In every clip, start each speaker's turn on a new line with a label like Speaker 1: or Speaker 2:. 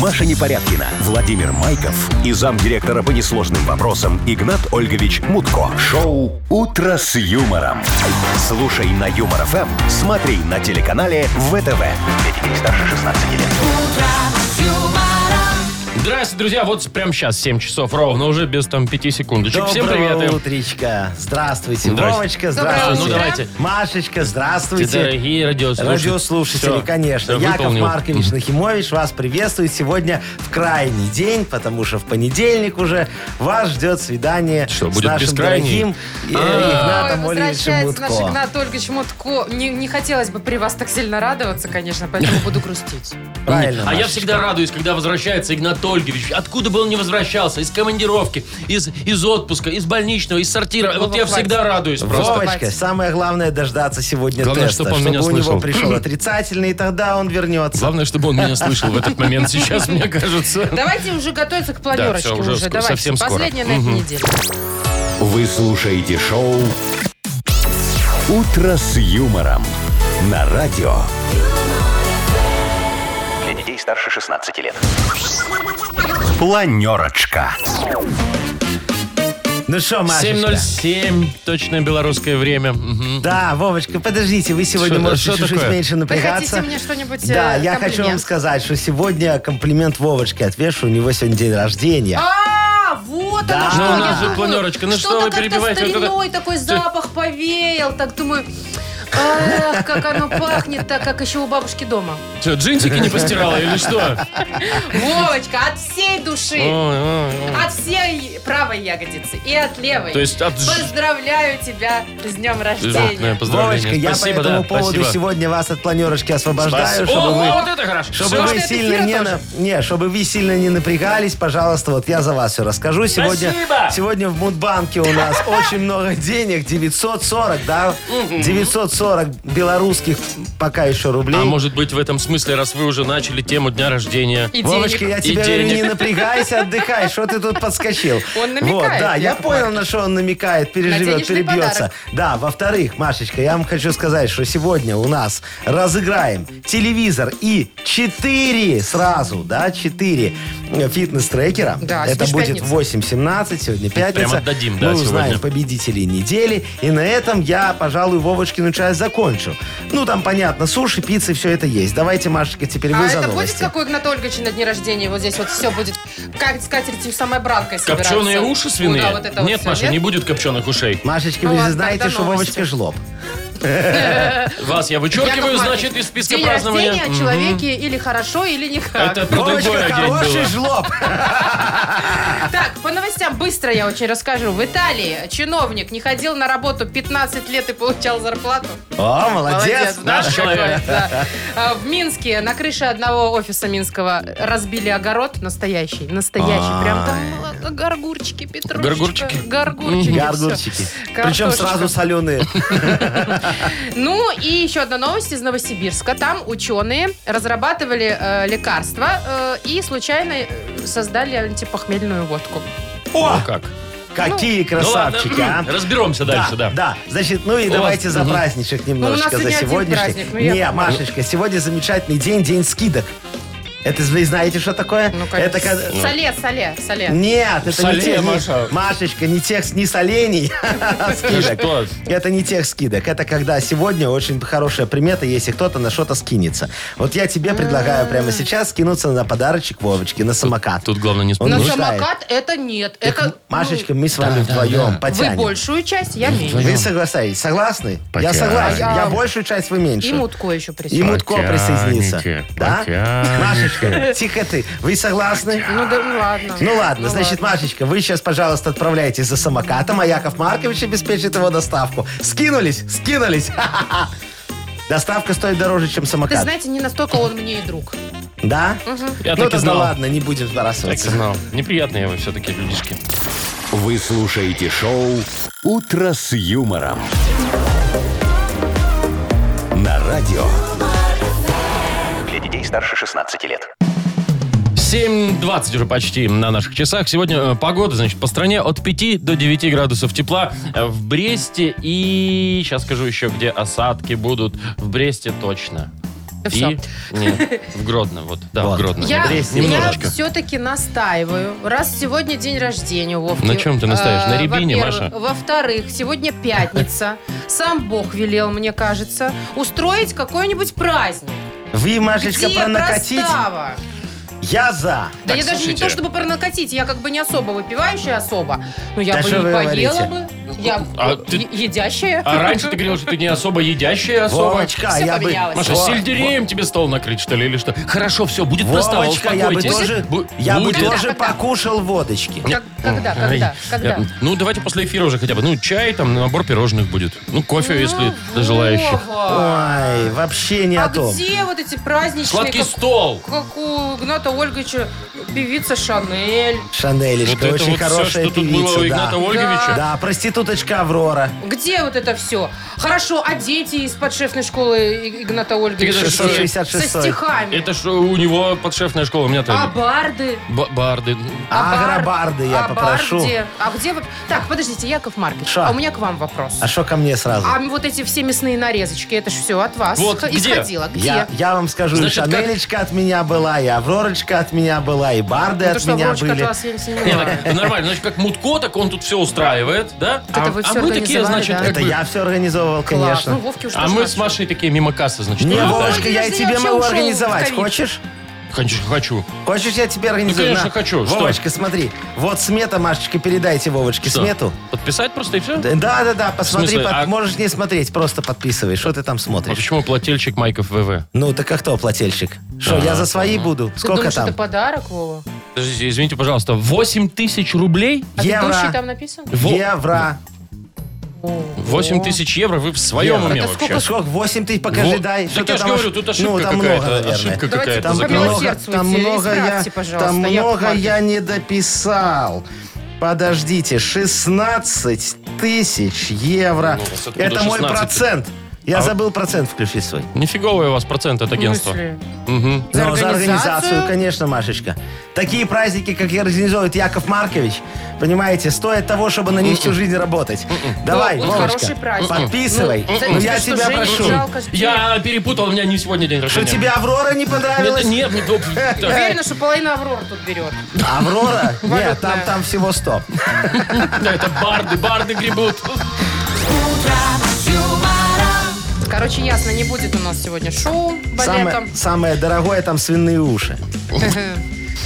Speaker 1: Маша Непорядкина, Владимир Майков и замдиректора по несложным вопросам Игнат Ольгович Мутко. Шоу «Утро с юмором». Слушай на Юмор ФМ, смотри на телеканале ВТВ. Для детей старше 16 лет.
Speaker 2: Здравствуйте, друзья. Вот прямо сейчас 7 часов ровно, уже без там 5 секундочек. Всем
Speaker 3: Доброе
Speaker 2: привет. э,
Speaker 3: утречко. Здравствуйте.
Speaker 2: Здрасте.
Speaker 3: Вовочка,
Speaker 4: Доброе
Speaker 3: здравствуйте.
Speaker 2: утро. А, ну давайте.
Speaker 3: Машечка, здравствуйте.
Speaker 2: Дорогие радиослушатели.
Speaker 3: Радиослушатели,
Speaker 2: Всё,
Speaker 3: конечно.
Speaker 2: всё,
Speaker 3: Яков
Speaker 2: выполнил.
Speaker 3: Маркович Нахимович вас приветствует сегодня в крайний день, потому что в понедельник уже вас ждет свидание
Speaker 2: Что,
Speaker 3: с
Speaker 2: будет
Speaker 3: нашим
Speaker 2: бескрайний? А.
Speaker 3: дорогим э, Игнатом
Speaker 4: Ой,
Speaker 3: Ольговичем
Speaker 4: А, возвращается наш
Speaker 3: Мутко.
Speaker 4: Игнат Ольгович Мутко. Не, не хотелось бы при вас так сильно радоваться, конечно, поэтому буду грустить.
Speaker 3: Правильно,
Speaker 2: А я
Speaker 3: Машечка.
Speaker 2: всегда радуюсь, когда возвращается Игнат Ольгович. Откуда бы он не возвращался? Из командировки, из, из отпуска, из больничного, из сортира. вот я
Speaker 4: хватит.
Speaker 2: всегда радуюсь просто.
Speaker 3: Вовочка, самое главное дождаться сегодня
Speaker 2: Главное,
Speaker 3: теста,
Speaker 2: чтоб он меня
Speaker 3: у
Speaker 2: слышал.
Speaker 3: него пришел отрицательный, и тогда он вернется.
Speaker 2: Главное, чтобы он меня слышал в этот момент сейчас, мне кажется.
Speaker 4: Давайте уже готовиться к планерочке
Speaker 2: всё, уже
Speaker 4: уже.
Speaker 2: ск-
Speaker 4: Давайте.
Speaker 2: совсем скоро.
Speaker 4: Последняя на этой неделе.
Speaker 1: Вы слушаете шоу «Утро с юмором» на радио. Для детей старше 16 лет. Планерочка.
Speaker 3: Ну что, Машечка?
Speaker 2: 7.07, точное белорусское время. Мгм.
Speaker 3: Да, Вовочка, подождите, вы сегодня
Speaker 2: Что-
Speaker 3: можете
Speaker 2: что
Speaker 3: чуть-чуть
Speaker 2: такое?
Speaker 3: меньше
Speaker 4: Вы
Speaker 3: напрягаться.
Speaker 4: хотите мне что-нибудь э,
Speaker 3: Да, я хочу вам
Speaker 4: комплимент?
Speaker 3: сказать, что сегодня комплимент Вовочке отвешу. У него сегодня день рождения.
Speaker 4: А, вот
Speaker 3: Да.
Speaker 4: оно что,
Speaker 3: Ну, у
Speaker 4: я
Speaker 3: нас
Speaker 2: же
Speaker 4: думаю,
Speaker 2: планерочка, ну что
Speaker 4: что-то
Speaker 2: вы перебиваете, вот это-
Speaker 4: как-то стариной такой запах повеял, так думаю... Ах, как оно пахнет, так как еще у бабушки дома.
Speaker 2: Что, джинсики не постирала или что?
Speaker 4: Вовочка, от всей души,
Speaker 2: Ой, ой, ой.
Speaker 4: от всей правой ягодицы и от левой.
Speaker 2: То есть от... ж-
Speaker 4: Поздравляю тебя с днем
Speaker 2: Животное,
Speaker 4: рождения.
Speaker 2: поздравление.
Speaker 3: Вовочка, я
Speaker 2: Спасибо,
Speaker 3: по этому
Speaker 2: да,
Speaker 3: поводу
Speaker 2: спасибо.
Speaker 3: сегодня вас от планерочки освобождаю,
Speaker 2: Спас-
Speaker 3: чтобы
Speaker 2: О,
Speaker 3: вы...
Speaker 2: вот это хорошо.
Speaker 3: Чтобы
Speaker 2: Всё.
Speaker 3: вы
Speaker 4: это
Speaker 3: сильно
Speaker 4: эфира
Speaker 3: не,
Speaker 4: тоже.
Speaker 3: на- не, чтобы вы сильно не напрягались, пожалуйста, вот я за вас все расскажу. Сегодня,
Speaker 2: Спасибо.
Speaker 3: сегодня в Мудбанке у нас очень много денег, 940, да? 940 белорусских пока еще рублей.
Speaker 2: А может быть в этом смысле, раз вы уже начали тему дня рождения.
Speaker 4: И
Speaker 3: Вовочка, я
Speaker 2: И
Speaker 3: тебе говорю,
Speaker 2: денег.
Speaker 3: не напрягайся, отдыхай. Что ты тут подскочил?
Speaker 4: Он намекает,
Speaker 3: Вот, да, я
Speaker 4: Яков
Speaker 3: понял, на что он намекает, переживет,
Speaker 4: денежный
Speaker 3: перебьется.
Speaker 4: подарок.
Speaker 3: Да, во-вторых, Машечка, я вам хочу сказать, что сегодня у нас разыграем телевизор и 4 сразу, да, 4 фитнес-трекера.
Speaker 4: Да,
Speaker 3: Это
Speaker 4: сегодня ж
Speaker 3: будет
Speaker 4: пятница.
Speaker 3: 8.17, сегодня пятница.
Speaker 2: отдадим, да,
Speaker 3: Мы
Speaker 2: сегодня.
Speaker 3: узнаем победителей недели. И на этом я, пожалуй, Вовочкину часть закончу. Ну, там, понятно, суши, пиццы, все это есть. Давайте, Машечка, теперь вы
Speaker 4: А
Speaker 3: за
Speaker 4: это будет
Speaker 3: новости.
Speaker 4: как у Игната Ольговича на дне рождения? Вот здесь вот все будет, как с катертью самой бранкой собираться. Ну
Speaker 2: Копченые уши свиные?
Speaker 4: Да, вот это
Speaker 2: Нет,
Speaker 4: вот всё,
Speaker 2: Маша, не будет копченых ушей.
Speaker 3: Машечки,
Speaker 4: Ну
Speaker 3: вы же
Speaker 4: ладно,
Speaker 3: знаете,
Speaker 4: тогда
Speaker 3: что
Speaker 4: новости.
Speaker 3: Вовочка жлоб.
Speaker 2: Вас я
Speaker 4: Яков
Speaker 2: вычеркиваю,
Speaker 4: Маркович,
Speaker 2: значит, из списка
Speaker 4: день
Speaker 2: празднования.
Speaker 4: рождения о
Speaker 2: Мгм.
Speaker 4: человеке или хорошо, или никак.
Speaker 2: Это про
Speaker 3: Вовочка
Speaker 2: другое день
Speaker 3: хороший
Speaker 2: было.
Speaker 3: жлоб.
Speaker 4: Так, по новостям быстро я очень расскажу. В Италии чиновник не ходил на работу 15 лет и получал зарплату.
Speaker 3: О, молодец.
Speaker 4: да,
Speaker 2: Наш
Speaker 4: какой,
Speaker 2: человек.
Speaker 4: да. А, В Минске на крыше одного офиса Минского разбили огород настоящий, настоящий. Прям там э, горгурчики, петрушечка.
Speaker 2: Горгурчики?
Speaker 4: Горгурчики. всё.
Speaker 3: Гаргурчики. Причем
Speaker 4: Картошечка.
Speaker 3: сразу соленые.
Speaker 4: Ну и еще одна новость из Новосибирска. Там ученые разрабатывали э, лекарства э, и случайно э, создали антипохмельную водку.
Speaker 2: О,
Speaker 3: О,
Speaker 2: Ну
Speaker 4: Ну.
Speaker 2: как.
Speaker 3: какие
Speaker 2: Ну ладно,
Speaker 3: красавчики, а.
Speaker 2: разберемся дальше, да.
Speaker 3: Да, значит, ну и
Speaker 2: У
Speaker 3: давайте
Speaker 2: вас-
Speaker 3: за
Speaker 2: мгм.
Speaker 3: праздничек немножечко,
Speaker 4: Ну, нас
Speaker 3: за
Speaker 4: сегодня один
Speaker 3: сегодняшний.
Speaker 4: праздник, ну, я
Speaker 3: Не,
Speaker 4: понимаю.
Speaker 3: Машечка, сегодня замечательный день, день скидок. Это вы знаете, что такое?
Speaker 4: Ну, как...
Speaker 3: Это когда-
Speaker 4: Соле, соле, соле.
Speaker 3: Нет, это
Speaker 2: Солей,
Speaker 3: не те, не-
Speaker 2: Маша.
Speaker 3: Машечка, не тех, не солений, а скидок.
Speaker 2: Что?
Speaker 3: Это не тех скидок. Это когда сегодня очень хорошая примета, если кто-то на что-то скинется. Вот я тебе предлагаю прямо сейчас скинуться на подарочек Вовочке, на самокат.
Speaker 2: Тут главное не
Speaker 3: Он
Speaker 4: На
Speaker 2: спугнуть.
Speaker 3: нуждает.
Speaker 4: самокат это нет.
Speaker 3: Так,
Speaker 4: Это, ну,
Speaker 3: Машечка, мы с вами вдвоем
Speaker 4: вы
Speaker 3: потянем.
Speaker 4: большую часть, я меньше.
Speaker 3: Вы согласитесь? Согласны? Я согласен.
Speaker 4: А я-
Speaker 3: Я большую часть, вы меньше.
Speaker 4: И мутко еще
Speaker 3: И
Speaker 4: присутствует.
Speaker 3: Мутко присоединится. Да? Машечка, тихо ты. Вы согласны?
Speaker 4: Ну да, ну ладно.
Speaker 3: Ну ладно, значит, Машечка, вы сейчас, пожалуйста, отправляйтесь за самокатом, а Яков Маркович обеспечит его доставку. Скинулись, скинулись. Ха-ха-ха. Доставка стоит дороже, чем
Speaker 4: Ты
Speaker 3: самокат.
Speaker 4: знаете, не настолько он мне и друг.
Speaker 3: Да?
Speaker 2: Я
Speaker 3: ну
Speaker 2: так и
Speaker 3: тогда
Speaker 2: знал.
Speaker 3: ладно, не будем
Speaker 2: Так и
Speaker 3: сбрасываться.
Speaker 2: знал. Неприятные вы все-таки людишки.
Speaker 1: Вы слушаете шоу «Утро с юмором». На радио. Для детей старше 16 лет.
Speaker 2: 7.20 уже почти на наших часах. Сегодня э, погода, значит, по стране от 5 до 9 градусов тепла э, в Бресте. И сейчас скажу еще, где осадки будут. В Бресте точно.
Speaker 4: всё.
Speaker 2: И... Нет, в Гродно, вот. Да,
Speaker 3: Вот.
Speaker 2: в Гродно.
Speaker 4: Я,
Speaker 3: Бресте.
Speaker 4: я
Speaker 2: Ну, Немножечко.
Speaker 4: все-таки настаиваю. Раз сегодня день рождения у Вовки.
Speaker 2: На чем ты настаиваешь? На
Speaker 4: э,
Speaker 2: рябине,
Speaker 4: во-первых.
Speaker 2: Маша?
Speaker 4: Во-вторых, сегодня пятница. Сам Бог велел, мне кажется, устроить какой-нибудь праздник.
Speaker 3: Вы, Машечка,
Speaker 4: Где
Speaker 3: пронакатить?
Speaker 4: простава?
Speaker 3: Я за.
Speaker 4: Да
Speaker 2: Так,
Speaker 4: я даже не
Speaker 2: слушайте.
Speaker 4: то, чтобы пронакатить, я как бы не особо выпивающая особо. Но я
Speaker 3: Да
Speaker 4: бы
Speaker 3: что
Speaker 4: и
Speaker 3: вы
Speaker 4: поела бы.
Speaker 3: говорите?
Speaker 4: Я
Speaker 2: А
Speaker 4: э,
Speaker 2: ты-
Speaker 4: е- едящая.
Speaker 2: А раньше ты говорил, что ты не особо едящая особо.
Speaker 3: Вовочка,
Speaker 4: Всё
Speaker 3: я бы...
Speaker 4: поменялось.
Speaker 2: Маша,
Speaker 3: Во-
Speaker 2: сельдереем тебе стол накрыть, что ли, или что? Хорошо, все, будет простава,
Speaker 3: Вовочка, я бы
Speaker 2: успокойтесь.
Speaker 3: тоже,
Speaker 2: Бу-
Speaker 3: я бы
Speaker 2: будет.
Speaker 3: тоже покушал водочки.
Speaker 4: Как- когда,
Speaker 2: Ай.
Speaker 4: когда, когда?
Speaker 2: Я- Ну, давайте после эфира уже хотя бы. Ну, чай, там, набор пирожных будет. Ну, кофе, если до желающих.
Speaker 4: А, Вова,
Speaker 3: Ой, вообще не
Speaker 4: А
Speaker 3: о том.
Speaker 4: где вот эти праздничные?
Speaker 2: Сладкий
Speaker 4: как-
Speaker 2: стол.
Speaker 4: Как у Игната Ольговича певица Шанель.
Speaker 3: Шанелечка,
Speaker 2: Вот это
Speaker 3: очень
Speaker 2: вот всё,
Speaker 3: хорошая
Speaker 2: что тут
Speaker 3: певица,
Speaker 2: было у Игната
Speaker 3: да.
Speaker 2: Ольговича.
Speaker 3: Да, проституточка Аврора.
Speaker 4: Где вот это все? Хорошо, а дети из подшефной школы И- Игната Ольговича?
Speaker 2: Это что,
Speaker 3: 666?
Speaker 4: Со стихами.
Speaker 2: Это что у него подшефная школа, у меня
Speaker 4: А
Speaker 2: там.
Speaker 4: барды?
Speaker 2: ба- Барды.
Speaker 4: А бар-
Speaker 3: Агробарды я
Speaker 4: а
Speaker 3: попрошу.
Speaker 4: барде? А где вы... Так, подождите, Яков Маркович,
Speaker 3: Ша.
Speaker 4: а у меня к вам вопрос.
Speaker 3: А что ко мне сразу?
Speaker 4: А вот эти все мясные нарезочки, это же все от вас
Speaker 2: Вот
Speaker 4: х-
Speaker 2: где?
Speaker 4: исходило. Где? Ну,
Speaker 3: Я, я вам скажу,
Speaker 2: Значит,
Speaker 3: и
Speaker 2: как-
Speaker 3: Шанелечка от меня была, и Авророчка от меня была, и Барды
Speaker 4: Ну, то,
Speaker 3: от
Speaker 4: что
Speaker 3: меня
Speaker 4: Авророчка
Speaker 3: были.
Speaker 4: от вас, я не
Speaker 2: Не,
Speaker 4: сомневаюсь.
Speaker 2: так, нормально, значит, как Мутко, так он тут все устраивает, да?
Speaker 4: это
Speaker 2: а,
Speaker 4: вы
Speaker 2: а
Speaker 4: всё
Speaker 2: мы такие,
Speaker 4: организовали,
Speaker 2: значит,
Speaker 4: да?
Speaker 2: как
Speaker 3: Это
Speaker 2: бы-
Speaker 3: я все организовал,
Speaker 4: Класс. Ну,
Speaker 3: конечно.
Speaker 4: Вовке уж
Speaker 2: А
Speaker 4: тоже
Speaker 2: мы
Speaker 4: надо.
Speaker 2: с Машей такие мимо кассы, значит,
Speaker 3: Не,
Speaker 2: летаем.
Speaker 3: Вовочка, я и
Speaker 4: Ой,
Speaker 3: тебе
Speaker 4: я
Speaker 3: могу
Speaker 4: вообще ушел в
Speaker 3: организовать.
Speaker 4: ковид.
Speaker 3: Хочешь?
Speaker 2: Конечно, хочу.
Speaker 3: Хочешь, я тебе организую?
Speaker 2: Ну, конечно, хочу. Что?
Speaker 3: Вовочка, смотри. Вот смета, Машечка, передайте Вовочке
Speaker 2: Что,
Speaker 3: смету.
Speaker 2: Подписать просто и все?
Speaker 3: Да-да-да, посмотри,
Speaker 2: смысле,
Speaker 3: под-
Speaker 2: а-
Speaker 3: можешь не смотреть, просто подписывай. Что ты там
Speaker 2: А
Speaker 3: смотришь?
Speaker 2: почему плательщик Майков ВВ?
Speaker 3: Ну, так а кто плательщик? Что, я за
Speaker 2: А.
Speaker 3: свои буду?
Speaker 4: Ты
Speaker 3: Сколько
Speaker 4: думаешь,
Speaker 3: там?
Speaker 4: это подарок, Вова?
Speaker 2: Подождите, извините, пожалуйста, 8 тысяч рублей?
Speaker 4: А
Speaker 3: Евро.
Speaker 4: ведущий там написан?
Speaker 2: Во-
Speaker 3: Евро.
Speaker 4: О.
Speaker 2: 8 тысяч евро? Вы в своем
Speaker 3: Евро.
Speaker 2: уме
Speaker 4: Это
Speaker 2: вообще?
Speaker 4: сколько
Speaker 3: Сколько? 8 тысяч, покажи,
Speaker 2: Во-
Speaker 3: дай.
Speaker 2: Так
Speaker 3: Что-то
Speaker 2: я ж
Speaker 3: там
Speaker 2: говорю,
Speaker 3: уж-
Speaker 2: тут ошибка
Speaker 3: ну, там
Speaker 2: какая-то,
Speaker 3: много, наверное.
Speaker 2: ошибка
Speaker 4: Давайте
Speaker 2: какая-то
Speaker 4: там
Speaker 3: Там
Speaker 2: закрылась.
Speaker 4: помилосердствуйте,
Speaker 3: много, там много я,
Speaker 4: исправьте, пожалуйста,
Speaker 3: там
Speaker 4: Яков
Speaker 3: много
Speaker 4: Маркович.
Speaker 3: я не дописал. Подождите, 16 тысяч евро.
Speaker 2: Ну, всё-таки до
Speaker 3: Это мой
Speaker 2: 16
Speaker 3: процент. Я
Speaker 2: А-
Speaker 3: забыл процент включить свой.
Speaker 2: Нифиговые у вас проценты от агентства.
Speaker 4: Мысли.
Speaker 2: Мгм.
Speaker 4: За
Speaker 3: Но за
Speaker 4: организацию?
Speaker 3: организацию, конечно, Машечка. Такие праздники, как и организует Яков Маркович, понимаете, стоят того, чтобы на них всю жизнь работать.
Speaker 2: М-м-м.
Speaker 3: Давай,
Speaker 4: Ну, хороший
Speaker 3: Вовочка,
Speaker 4: праздник.
Speaker 3: подписывай.
Speaker 4: Ну, за-
Speaker 3: Ну, я
Speaker 4: за что
Speaker 3: тебя
Speaker 4: Женю
Speaker 3: прошу.
Speaker 4: жалко, что-
Speaker 2: Я перепутал, у меня не сегодня день
Speaker 3: Что
Speaker 2: рождения.
Speaker 3: тебе Аврора не
Speaker 2: Нет,
Speaker 3: понравилась?
Speaker 2: нет, нет, ну, так.
Speaker 4: Уверена, что половина Аврора тут берет.
Speaker 3: Аврора? Нет, там,
Speaker 4: Валютная.
Speaker 3: там всего 100.
Speaker 2: Да, это барды, барды гребут.
Speaker 4: Короче, ясно, не будет у нас сегодня шоу балетом.
Speaker 3: Самое, самое дорогое там свиные уши.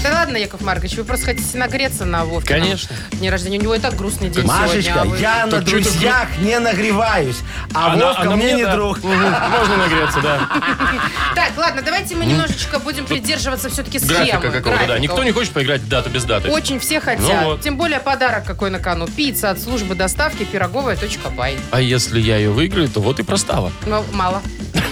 Speaker 4: Да ладно, Яков Маркович, вы просто хотите нагреться на Вовке.
Speaker 2: Конечно.
Speaker 4: День рождения, у него и так грустный день сегодня.
Speaker 3: Машечка,
Speaker 4: а вы-
Speaker 3: я на
Speaker 2: Так чё ты
Speaker 3: друзьях не нагреваюсь, а
Speaker 2: Она-
Speaker 3: Вовка
Speaker 2: она
Speaker 3: мне не
Speaker 2: да.
Speaker 3: друг.
Speaker 2: Мгм, Можно нагреться, да.
Speaker 4: Так, ладно, давайте мы немножечко будем придерживаться все-таки схемы.
Speaker 2: Ну. Графика какого-то, да.
Speaker 4: графика.
Speaker 2: Никто не хочет поиграть в дату без даты.
Speaker 4: Очень все хотят.
Speaker 2: Ну вот.
Speaker 4: Тем более подарок какой на кону. Пицца от службы доставки пироговая.бай.
Speaker 2: А если я ее выиграю, то вот и простава.
Speaker 4: Но Ну, мало.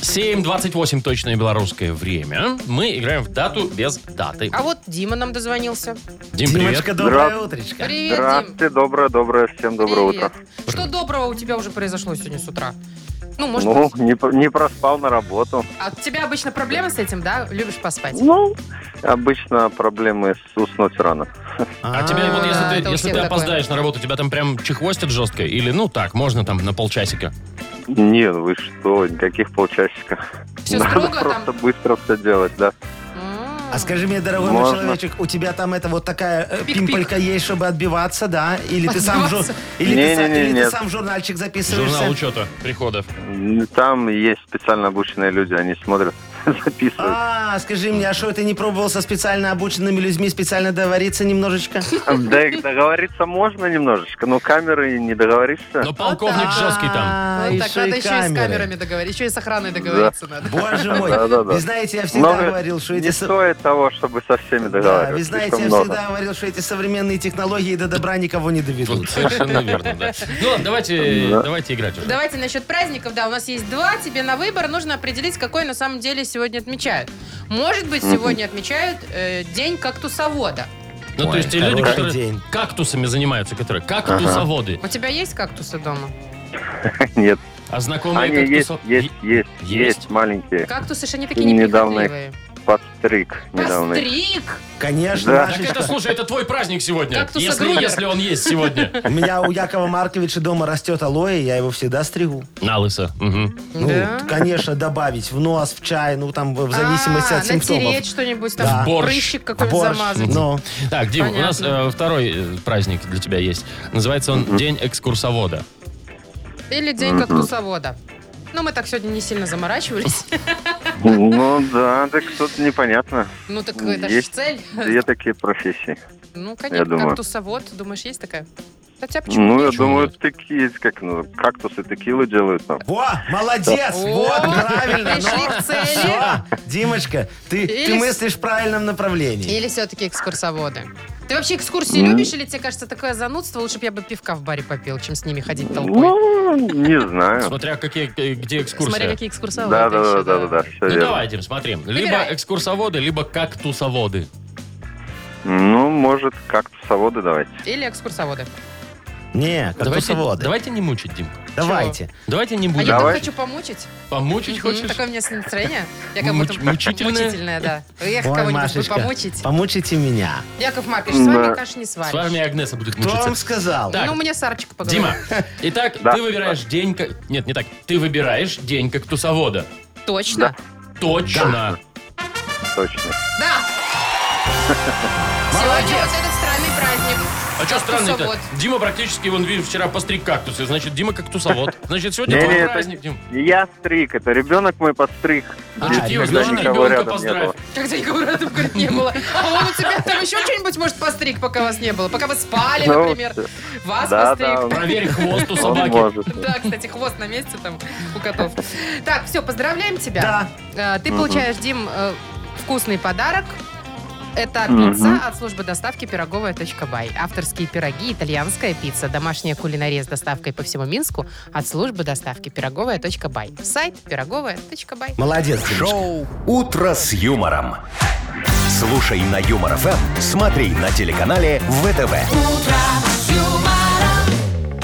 Speaker 2: 7.28 точное белорусское время. Мы играем в дату без даты.
Speaker 4: А вот Дима нам дозвонился.
Speaker 2: Дим, привет.
Speaker 3: Димочка, доброе утречко.
Speaker 4: Привет, Дим.
Speaker 5: Здравствуйте, доброе, доброе, всем доброе
Speaker 4: Привет.
Speaker 5: утро.
Speaker 4: Что доброго у тебя уже произошло сегодня с утра? Ну, может,
Speaker 5: Ну, не, п- не проспал на работу.
Speaker 4: а у тебя обычно проблемы с этим, да? Любишь поспать?
Speaker 5: Ну, обычно проблемы с уснуть рано.
Speaker 2: А тебя вот
Speaker 4: А,
Speaker 2: если
Speaker 4: это
Speaker 2: ты,
Speaker 4: у
Speaker 2: если
Speaker 4: всех
Speaker 2: ты
Speaker 4: такое.
Speaker 2: опоздаешь на работу, тебя там прям чехвостят жестко? Или ну так, можно там на полчасика?
Speaker 5: Нет, ну вы что, никаких полчасика.
Speaker 4: Всё
Speaker 5: Надо
Speaker 4: строго
Speaker 5: просто
Speaker 4: там?
Speaker 5: быстро все делать, да.
Speaker 4: М.
Speaker 3: А скажи мне, дорогой мой
Speaker 5: Можно.
Speaker 3: человечек, у тебя там это вот такая э,
Speaker 4: Пик-пик.
Speaker 3: пимпелька есть, чтобы отбиваться, да? Или ты сам в жур-
Speaker 4: Отбиваться?
Speaker 3: или ты сам-
Speaker 5: Не-не-не,
Speaker 3: или ты
Speaker 5: нет.
Speaker 3: сам в журнальчик
Speaker 2: Журнал
Speaker 3: записываешься?
Speaker 2: учета приходов.
Speaker 5: Там есть специально обученные люди, они смотрят, записывают.
Speaker 3: А, скажи мне, а что ты не пробовал со специально обученными людьми специально договориться немножечко?
Speaker 5: Да и договориться можно немножечко, но камеры не договоришься.
Speaker 2: Но полковник жесткий там.
Speaker 3: А,
Speaker 4: Вот
Speaker 3: и
Speaker 4: Ну, так
Speaker 3: шо и
Speaker 4: надо еще и с
Speaker 3: камеры.
Speaker 4: камерами договориться, еще и с охраной договориться надо.
Speaker 3: Боже мой,
Speaker 5: Да-да-да.
Speaker 3: вы знаете, я всегда
Speaker 5: Много
Speaker 3: говорил, что эти...
Speaker 5: не
Speaker 3: со-
Speaker 5: стоит того, чтобы со всеми
Speaker 3: Да,
Speaker 5: договариваться.
Speaker 3: вы знаете,
Speaker 5: слишком
Speaker 3: я
Speaker 5: много.
Speaker 3: всегда говорил, что эти современные технологии до добра никого не
Speaker 2: Вот,
Speaker 3: доведут.
Speaker 2: совершенно верно, да. Ну ладно, давайте,
Speaker 5: Да.
Speaker 2: давайте играть уже.
Speaker 4: Давайте насчет праздников. Да, у нас есть два. Тебе на выбор нужно определить, какой на самом деле сегодня отмечают. Может быть, сегодня отмечают э, День кактусовода.
Speaker 2: Ну, то
Speaker 3: Ой,
Speaker 2: есть те люди,
Speaker 3: хороший
Speaker 2: которые
Speaker 3: день.
Speaker 2: кактусами занимаются, которые кактусоводы.
Speaker 4: У тебя есть кактусы дома?
Speaker 5: Нет.
Speaker 2: А
Speaker 5: А,
Speaker 2: знакомые
Speaker 5: не, есть,
Speaker 2: кактусов-
Speaker 5: есть, есть,
Speaker 2: Есть?
Speaker 5: есть маленькие.
Speaker 4: Кактусы же они такие
Speaker 5: Недавно
Speaker 4: неприхотливые.
Speaker 5: Подстриг недавно.
Speaker 4: Постриг!
Speaker 3: Конечно,
Speaker 5: Да.
Speaker 2: Так
Speaker 3: Машечка.
Speaker 2: это, слушай, это твой праздник сегодня.
Speaker 4: Кактус
Speaker 2: Если,
Speaker 4: огромный.
Speaker 2: если он есть сегодня.
Speaker 3: У меня у Якова Марковича дома растет алоэ, я его всегда стригу.
Speaker 2: На лысо. Мгм.
Speaker 3: Ну,
Speaker 4: Да.
Speaker 3: конечно, добавить в нос, в чай, ну там в зависимости
Speaker 4: А,
Speaker 3: от симптомов.
Speaker 4: Натереть что-нибудь,
Speaker 2: Да.
Speaker 4: там
Speaker 2: Борщ.
Speaker 4: прыщик какой-нибудь
Speaker 3: Борщ,
Speaker 4: замазать.
Speaker 3: ну.
Speaker 2: Так, Дим, у нас
Speaker 4: Понятно.
Speaker 2: э, второй э, праздник для тебя есть. Называется он День экскурсовода.
Speaker 4: Или день кактусовода. Ну, мы так сегодня не сильно заморачивались.
Speaker 5: Ну да, так что-то непонятно.
Speaker 4: Ну, так это же
Speaker 5: Есть.
Speaker 4: цель.
Speaker 5: Две такие профессии.
Speaker 4: Ну,
Speaker 5: Я
Speaker 4: конечно,
Speaker 5: думаю.
Speaker 4: кактусовод. Думаешь, есть такая? Хотя почему
Speaker 5: Ну, я
Speaker 4: нет?
Speaker 5: думаю, такие, как ну, кактусы текилы делают там.
Speaker 3: Во, молодец, вот,
Speaker 4: О,
Speaker 3: правильно.
Speaker 4: пришли к цели.
Speaker 3: Все, Димочка, ты,
Speaker 4: Или
Speaker 3: ты
Speaker 4: с-
Speaker 3: мыслишь в правильном направлении.
Speaker 4: Или все-таки экскурсоводы? Ты вообще экскурсии любишь или тебе кажется такое занудство? Лучше бы я бы пивка в баре попил, чем с ними ходить толпой.
Speaker 5: Ну, не знаю.
Speaker 2: Смотря какие, э, где экскурсии.
Speaker 4: Смотри, какие экскурсоводы.
Speaker 5: Да, да, да,
Speaker 4: еще,
Speaker 5: да, да, да, все
Speaker 2: Ну
Speaker 5: верно.
Speaker 2: давай, Дим, смотри. Либо
Speaker 4: Выбирай.
Speaker 2: экскурсоводы, либо кактусоводы.
Speaker 5: Ну, может, кактусоводы давайте.
Speaker 4: Или экскурсоводы.
Speaker 3: Не,
Speaker 2: Давайте,
Speaker 3: кактусоводы.
Speaker 2: давайте не мучить, Дим.
Speaker 3: Давайте.
Speaker 2: Давайте не
Speaker 4: А
Speaker 2: будем.
Speaker 4: я так
Speaker 5: Давай.
Speaker 4: хочу помучить.
Speaker 2: Помучить
Speaker 4: Мгм,
Speaker 2: хочешь?
Speaker 4: Такое у меня настроение. Я как
Speaker 2: Муч-
Speaker 4: будто
Speaker 2: мучительное?
Speaker 4: мучительное, да. Эх,
Speaker 3: Ой,
Speaker 4: кого-нибудь бы
Speaker 3: Машечка,
Speaker 4: помучить.
Speaker 3: помучите меня.
Speaker 4: Яков Маркович, с вами,
Speaker 5: Да.
Speaker 4: конечно, не
Speaker 2: С
Speaker 4: сваришь.
Speaker 2: вами Агнеса будет
Speaker 3: Кто
Speaker 2: мучиться.
Speaker 3: вам сказал?
Speaker 2: Так.
Speaker 4: Ну, мне Сарочка поговорила.
Speaker 2: Дима, итак,
Speaker 5: Да.
Speaker 2: ты выбираешь день... ка- Нет, не так. Ты выбираешь день кактусовода.
Speaker 4: Точно?
Speaker 2: Точно.
Speaker 5: Точно.
Speaker 4: Да. Сегодня вот этот странный праздник.
Speaker 2: А что странный-то?
Speaker 4: Кактусовод.
Speaker 2: Дима практически, вон, видишь, вчера постриг кактусы. Значит, Дима кактусовод. Значит, сегодня
Speaker 5: Не-не,
Speaker 2: твой
Speaker 5: это-
Speaker 2: праздник, Дим.
Speaker 5: Не я стриг, это ребенок мой подстриг.
Speaker 2: А,
Speaker 5: Здесь
Speaker 2: Дима,
Speaker 5: никогда
Speaker 2: значит,
Speaker 5: никого
Speaker 2: ребенка
Speaker 5: рядом не
Speaker 2: поздравь.
Speaker 5: было.
Speaker 4: Когда никого рядом, говорит, не было. А он у тебя там еще что-нибудь, может, постриг, пока вас не было? Пока вы спали,
Speaker 5: Ну,
Speaker 4: например. Вас
Speaker 5: Да,
Speaker 4: постриг.
Speaker 5: да, он-
Speaker 2: Проверь хвост у
Speaker 5: он
Speaker 2: собаки.
Speaker 5: может.
Speaker 4: Да, кстати, хвост на месте там у котов. Так, все, поздравляем тебя.
Speaker 3: Да.
Speaker 4: Да. Ты получаешь, Дим, э, вкусный подарок. Это
Speaker 5: Мгм.
Speaker 4: пицца от службы доставки пироговая.бай. Авторские пироги, итальянская пицца, домашняя кулинария с доставкой по всему Минску от службы доставки пироговая.бай. Сайт пироговая.бай.
Speaker 3: Молодец, Димочка.
Speaker 1: Шоу «Утро с юмором». Слушай на Юмор ФМ, смотри на телеканале ВТВ.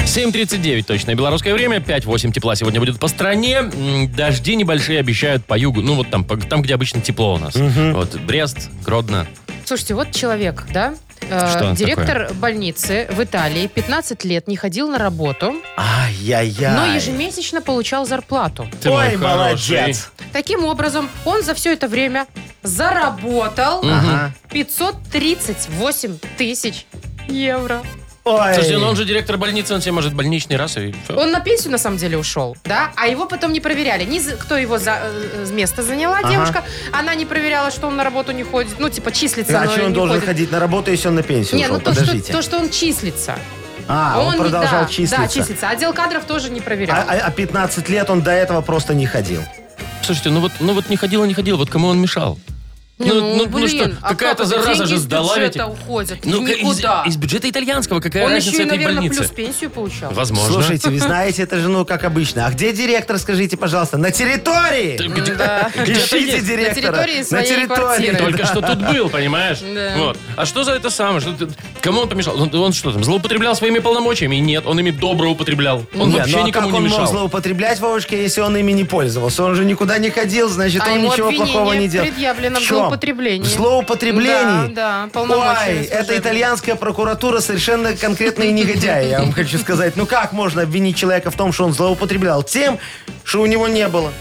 Speaker 2: 7.39 точное белорусское время, 5.8 тепла сегодня будет по стране. М, Дожди небольшие обещают по югу, ну вот там, по- там где обычно тепло у нас. Вот Брест, Гродно.
Speaker 4: Слушайте, вот человек, да? Э,
Speaker 2: Что он
Speaker 4: Директор больницы в Италии 15 лет не ходил на работу,
Speaker 3: Ай-яй-яй.
Speaker 4: но ежемесячно получал зарплату.
Speaker 2: Ты мой
Speaker 3: Ой,
Speaker 2: хороший.
Speaker 3: молодец.
Speaker 4: Таким образом, он за все это время заработал
Speaker 3: Ага.
Speaker 4: 538 тысяч евро.
Speaker 3: Ой.
Speaker 2: Слушайте, ну он же директор больницы, он себе может больничный раз и всё.
Speaker 4: Он на пенсию, на самом деле, ушел, да? А его потом не проверяли. Ни за- кто его за, э, место заняла,
Speaker 3: Ага.
Speaker 4: девушка. Она не проверяла, что он на работу не ходит. Ну, типа, числится,
Speaker 3: А
Speaker 4: но
Speaker 3: что он
Speaker 4: не
Speaker 3: должен
Speaker 4: ходит.
Speaker 3: ходить на работу, если он на пенсию
Speaker 4: Не,
Speaker 3: ушел?
Speaker 4: ну то
Speaker 3: Подождите.
Speaker 4: что, то, что он числится.
Speaker 3: А, он,
Speaker 4: не-
Speaker 3: продолжал
Speaker 4: да,
Speaker 3: числиться.
Speaker 4: Да, числится. Отдел кадров тоже не проверял.
Speaker 3: А, а- а 15 лет он до этого просто не ходил.
Speaker 2: Слушайте, ну вот, ну вот не ходил, и не ходил, вот кому он мешал?
Speaker 3: ну,
Speaker 2: Ну,
Speaker 4: блин, а
Speaker 2: какая-то
Speaker 4: как это?
Speaker 2: зараза
Speaker 4: Деньги
Speaker 2: же сдала
Speaker 4: из
Speaker 2: ведь.
Speaker 4: бюджета уходят.
Speaker 2: Ну, к- из,
Speaker 4: Никуда.
Speaker 2: из бюджета итальянского, какая
Speaker 4: он
Speaker 2: разница
Speaker 4: еще и,
Speaker 2: этой
Speaker 4: наверное,
Speaker 2: больницы?
Speaker 4: плюс пенсию получал.
Speaker 2: Возможно.
Speaker 3: Слушайте, вы знаете, это же ну как обычно. А где директор, скажите, пожалуйста? На территории!
Speaker 2: Ты где-
Speaker 4: Да.
Speaker 2: где-то
Speaker 3: Ищите
Speaker 2: есть.
Speaker 3: директора.
Speaker 4: На территории своей квартиры.
Speaker 2: Только что тут был, понимаешь?
Speaker 4: Да.
Speaker 2: Вот. А что за это самое? Что ты- Кому он помешал? Он, он что там, злоупотреблял своими полномочиями? Нет, он ими добро употреблял. Он
Speaker 3: Не,
Speaker 2: вообще
Speaker 3: ну а
Speaker 2: никому
Speaker 3: как
Speaker 2: не
Speaker 3: он
Speaker 2: мешал.
Speaker 3: мог злоупотреблять, Вовочка, если он ими не пользовался? Он же никуда не ходил, значит,
Speaker 4: А
Speaker 3: он
Speaker 4: ему
Speaker 3: ничего
Speaker 4: обвинение
Speaker 3: плохого не делал.
Speaker 4: предъявлено в
Speaker 3: чем?
Speaker 4: злоупотреблении.
Speaker 3: В злоупотреблении?
Speaker 4: Да, да, полномочиями
Speaker 3: Ой, это
Speaker 4: служебными.
Speaker 3: итальянская прокуратура совершенно конкретные негодяи, я вам хочу сказать. Ну как можно обвинить человека в том, что он злоупотреблял тем, что у него не было?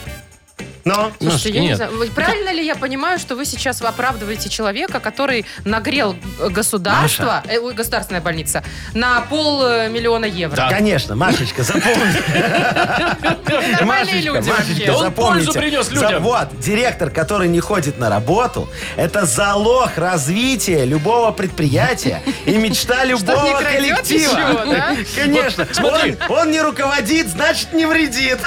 Speaker 3: Но...
Speaker 4: Слушайте,
Speaker 2: Машечка,
Speaker 4: я не
Speaker 2: нет.
Speaker 4: знаю, вот правильно ли я понимаю, что вы сейчас оправдываете человека, который нагрел э, государство, э, ой, государственная больница, на полмиллиона евро?
Speaker 2: Да.
Speaker 3: Конечно, Машечка, запомни.
Speaker 4: Это нормальные люди
Speaker 3: Машечка,
Speaker 2: Да
Speaker 4: вообще.
Speaker 2: он
Speaker 3: запомните.
Speaker 2: пользу принес
Speaker 3: За-
Speaker 2: людям.
Speaker 3: Вот, директор, который не ходит на работу, это залог развития любого предприятия и мечта
Speaker 4: не
Speaker 3: любого
Speaker 4: крадет
Speaker 3: коллектива.
Speaker 4: ничего, да?
Speaker 3: Конечно.
Speaker 2: смотри.
Speaker 3: Он он не руководит, значит не вредит.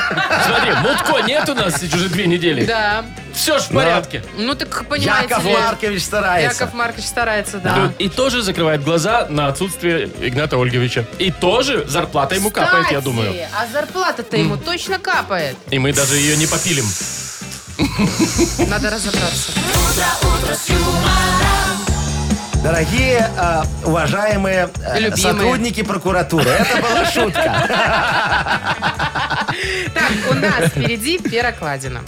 Speaker 2: Смотри, Мутко нет у нас уже две недели.
Speaker 4: Да.
Speaker 2: Все ж в порядке.
Speaker 4: Ну так понимаете
Speaker 3: Яков
Speaker 4: ли,
Speaker 3: Маркович старается.
Speaker 4: Яков Маркович старается,
Speaker 3: А.
Speaker 4: да.
Speaker 2: И тоже закрывает глаза на отсутствие Игната Ольговича. И тоже зарплата ему капает, я
Speaker 4: Кстати,
Speaker 2: думаю.
Speaker 4: А зарплата-то ему точно капает.
Speaker 2: И мы даже ее не попилим.
Speaker 4: Надо разобраться.
Speaker 3: Дорогие, э, уважаемые э,
Speaker 4: Любимые.
Speaker 3: сотрудники прокуратуры, это была шутка.
Speaker 4: Так, у нас впереди перокладина.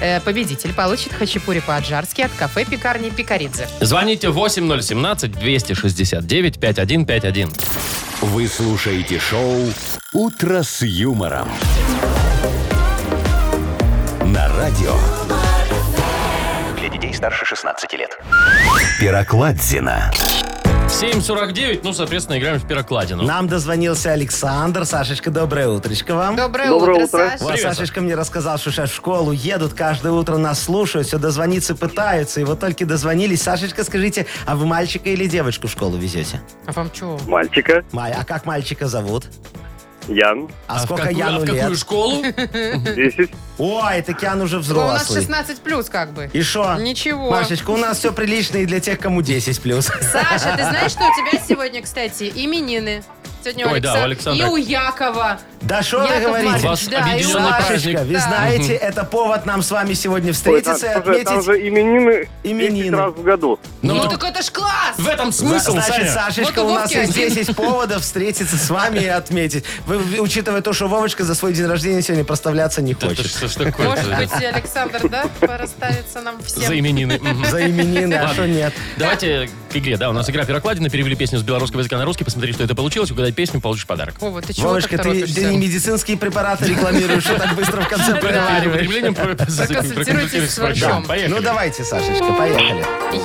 Speaker 4: Э, Победитель получит хачапури по-аджарски от кафе-пекарни Пикаридзе.
Speaker 2: Звоните 8017-269-5151.
Speaker 1: Вы слушаете шоу «Утро с юмором». На радио.
Speaker 6: Для детей старше 16 лет.
Speaker 1: Пирокладзина.
Speaker 2: 7.49, ну, соответственно, играем в перокладину.
Speaker 3: Нам дозвонился Александр. Сашечка, доброе утречко вам.
Speaker 4: Доброе,
Speaker 5: Доброе
Speaker 4: утро,
Speaker 5: утро.
Speaker 4: Саш.
Speaker 3: Вот
Speaker 2: Привет,
Speaker 3: Сашечка мне рассказал, что сейчас в школу едут, каждое утро нас слушают, все дозвониться пытаются, и вот только дозвонились. Сашечка, скажите, а вы мальчика или девочку в школу везете?
Speaker 4: А вам что?
Speaker 5: Мальчика,
Speaker 3: Май, а как мальчика зовут?
Speaker 5: Ян,
Speaker 3: А,
Speaker 2: в
Speaker 3: сколько
Speaker 2: какую- а
Speaker 3: Яну
Speaker 2: в какую
Speaker 3: лет?
Speaker 2: школу?
Speaker 5: 10.
Speaker 3: Ой, так Ян уже
Speaker 4: А У нас
Speaker 3: взрослый.
Speaker 4: 16 плюс как бы.
Speaker 3: И что?
Speaker 4: Ничего.
Speaker 3: Машечка, у нас все прилично и для тех, кому 10 плюс.
Speaker 4: Саша, ты знаешь, что у тебя сегодня, кстати, именины? Сегодня у,
Speaker 2: Ой, да, у
Speaker 4: И
Speaker 2: Александра.
Speaker 4: у Якова.
Speaker 3: Да что вы
Speaker 4: Яков
Speaker 2: У
Speaker 3: говорите?
Speaker 4: Маркович,
Speaker 2: вас
Speaker 4: да, и
Speaker 2: объединенный
Speaker 4: Сашечка,
Speaker 2: праздник.
Speaker 3: Сашечка, вы
Speaker 4: Да.
Speaker 3: знаете, это повод нам с вами сегодня
Speaker 5: Ой,
Speaker 3: встретиться
Speaker 5: там,
Speaker 3: и
Speaker 5: слушай, там
Speaker 3: отметить.
Speaker 5: же именины,
Speaker 3: именины.
Speaker 5: 10 раз в году.
Speaker 4: Ну,
Speaker 2: Ну,
Speaker 4: так это ж класс!
Speaker 2: В этом
Speaker 3: За-
Speaker 2: смысл,
Speaker 3: Значит,
Speaker 2: Саня.
Speaker 3: Сашечка,
Speaker 4: Вот у
Speaker 3: у нас
Speaker 4: Вовки
Speaker 3: есть
Speaker 4: один.
Speaker 3: 10 поводов встретиться с вами и отметить. Вы, вы- учитывая то, что Вовочка за свой день рождения сегодня проставляться не
Speaker 2: Это
Speaker 3: хочет.
Speaker 2: что ж такое?
Speaker 4: Может быть, и Александр, да, расставится нам всем.
Speaker 2: За именины. Мгм.
Speaker 3: За именины, а что нет?
Speaker 2: Давайте к игре. Да, у нас игра «Пирокладина». Перевели песню с белорусского языка на русский. Посмотри, что это получилось. Угадай песню, получишь подарок.
Speaker 4: Вова, ты чего
Speaker 3: Вовочка,
Speaker 4: так
Speaker 3: ты,
Speaker 4: торопишься?
Speaker 3: ты не медицинские препараты рекламируешь, что так быстро в конце приговариваешь.
Speaker 2: Употреблением про-
Speaker 4: Проконсультируйтесь с врачом.
Speaker 2: Поехали.
Speaker 3: Ну давайте, Сашечка, поехали.